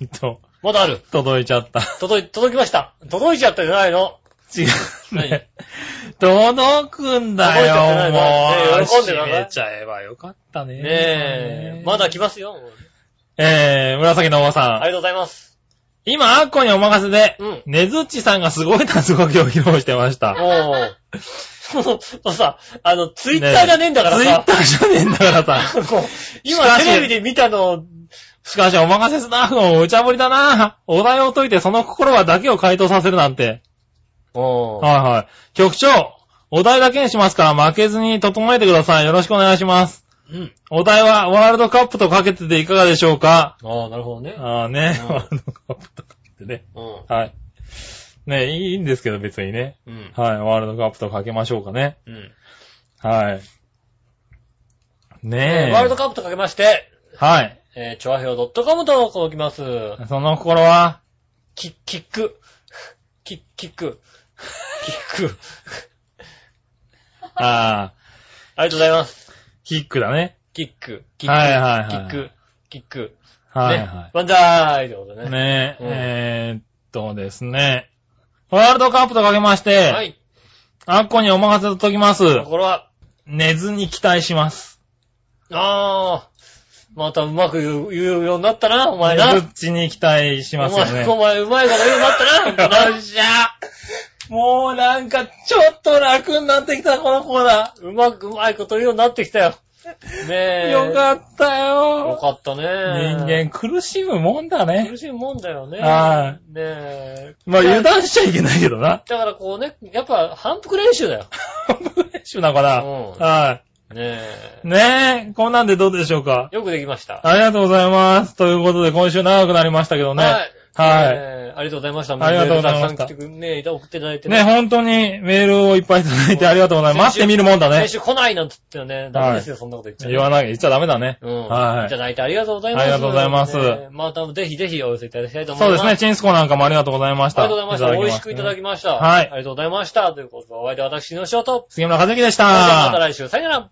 S3: えっと、
S2: まだある。
S3: 届いちゃった。
S2: 届い、届きました。届いちゃったじゃないの。
S3: 違うね。 届くんだ
S2: 届いち
S3: よ、もう。
S2: ゃってないのね喜んでください
S3: 閉めちゃえばよかったね。
S2: ねえ、まだ来ますよ。
S3: えー、紫のおば
S2: あ
S3: さ
S2: りがとうございます。
S3: ん。今、アッコにお任せで
S2: うん、
S3: ねずっちさんがすごい脱獄を披露してました。
S2: もう、 もうさ、あの、ツイッターじゃねえんだから
S3: ツイッ
S2: さ
S3: タ、ーじゃねえんだからさ。
S2: もう
S3: し
S2: 今
S3: かし
S2: テレビで見たの、
S3: しかし、お任せスタッフも無茶ぶりだな。お題を解いてその心はだけを回答させるなんて。
S2: おー
S3: はいはい。局長、お題だけにしますから負けずに整えてください。よろしくお願いします。
S2: うん。
S3: お題はワールドカップとかけてていかがでしょうか
S2: ああ、なるほどね。
S3: ああね、
S2: うん
S3: ワールドカップとかけてね。
S2: う
S3: はい。ねいいいいんですけど別にね。
S2: ん。うん。
S3: はい、ワールドカップとかけましょうかね。
S2: うん。
S3: はい。ねえ。
S2: ワールドカップとかけまして、
S3: はい。
S2: えー、チョアヘオ .com と届きます。
S3: その心は、
S2: キッ、キック。キッ、キック。キック。
S3: ああ、
S2: ありがとうございます。
S3: キックだね。
S2: キック。キック。
S3: はいはいはい
S2: キック。キック。
S3: はい
S2: ね
S3: はい。
S2: バンザーイってことね。
S3: ねえ、
S2: うん
S3: えーっとですね。ワールドカップとかけまして、
S2: はい。
S3: アッコにお任せとときます。
S2: これは、
S3: 寝ずに期待します。
S2: あー、またうまく言う言うようになったな、お前
S3: 寝
S2: な。
S3: ずっちに期待しますよ
S2: お前、お前、
S3: ね。
S2: うまいこと言うように なったな。
S3: よっしゃもうなんか、ちょっと楽になってきた、このコーナ
S2: うまく、うまいこと言うようになってきたよ。ねえ。
S3: ー。よかった
S2: よ
S3: よ。
S2: かったね。
S3: 人間苦しむもんだね
S2: 苦。しいもんだよね。
S3: は
S2: ねえ。
S3: まあ油断しちゃいけないけどな。
S2: だからこうね、やっぱ反復練習だよ。
S3: 練習だから。
S2: うん
S3: は
S2: ね
S3: い。ねえ、こんなんでどうでしょうか。
S2: え。よくできました。
S3: ありがとうございます。ということで、今週長くなりましたけどね。
S2: はい。
S3: はい
S2: ねえありがとうございました。
S3: ありがとうございまし
S2: た
S3: た
S2: くさん来てくんねえ、送っていただいて
S3: ね、本当にメールをいっぱいいただいてありがとうございます。待ってみるもんだね
S2: 先。週来ないなんて言ってね、ダメですよ、そんなこと言っちゃ
S3: 言わなきゃ、言っちゃダメだね。
S2: うん。
S3: はい
S2: いただいてありがとうございます。
S3: ありがとうございます
S2: ねまたぜひぜひお寄せいただきたいと思
S3: そ
S2: いうま。
S3: ですすね、チンスコなんかもありがとうございました。
S2: ありがとうございました。美味しくいただ
S3: き
S2: きました。
S3: はい
S2: ありがとうございました。ということで、お相手は私の仕事。
S3: 杉村和樹でし
S2: それではまた
S3: た。
S2: 来週、さよなら。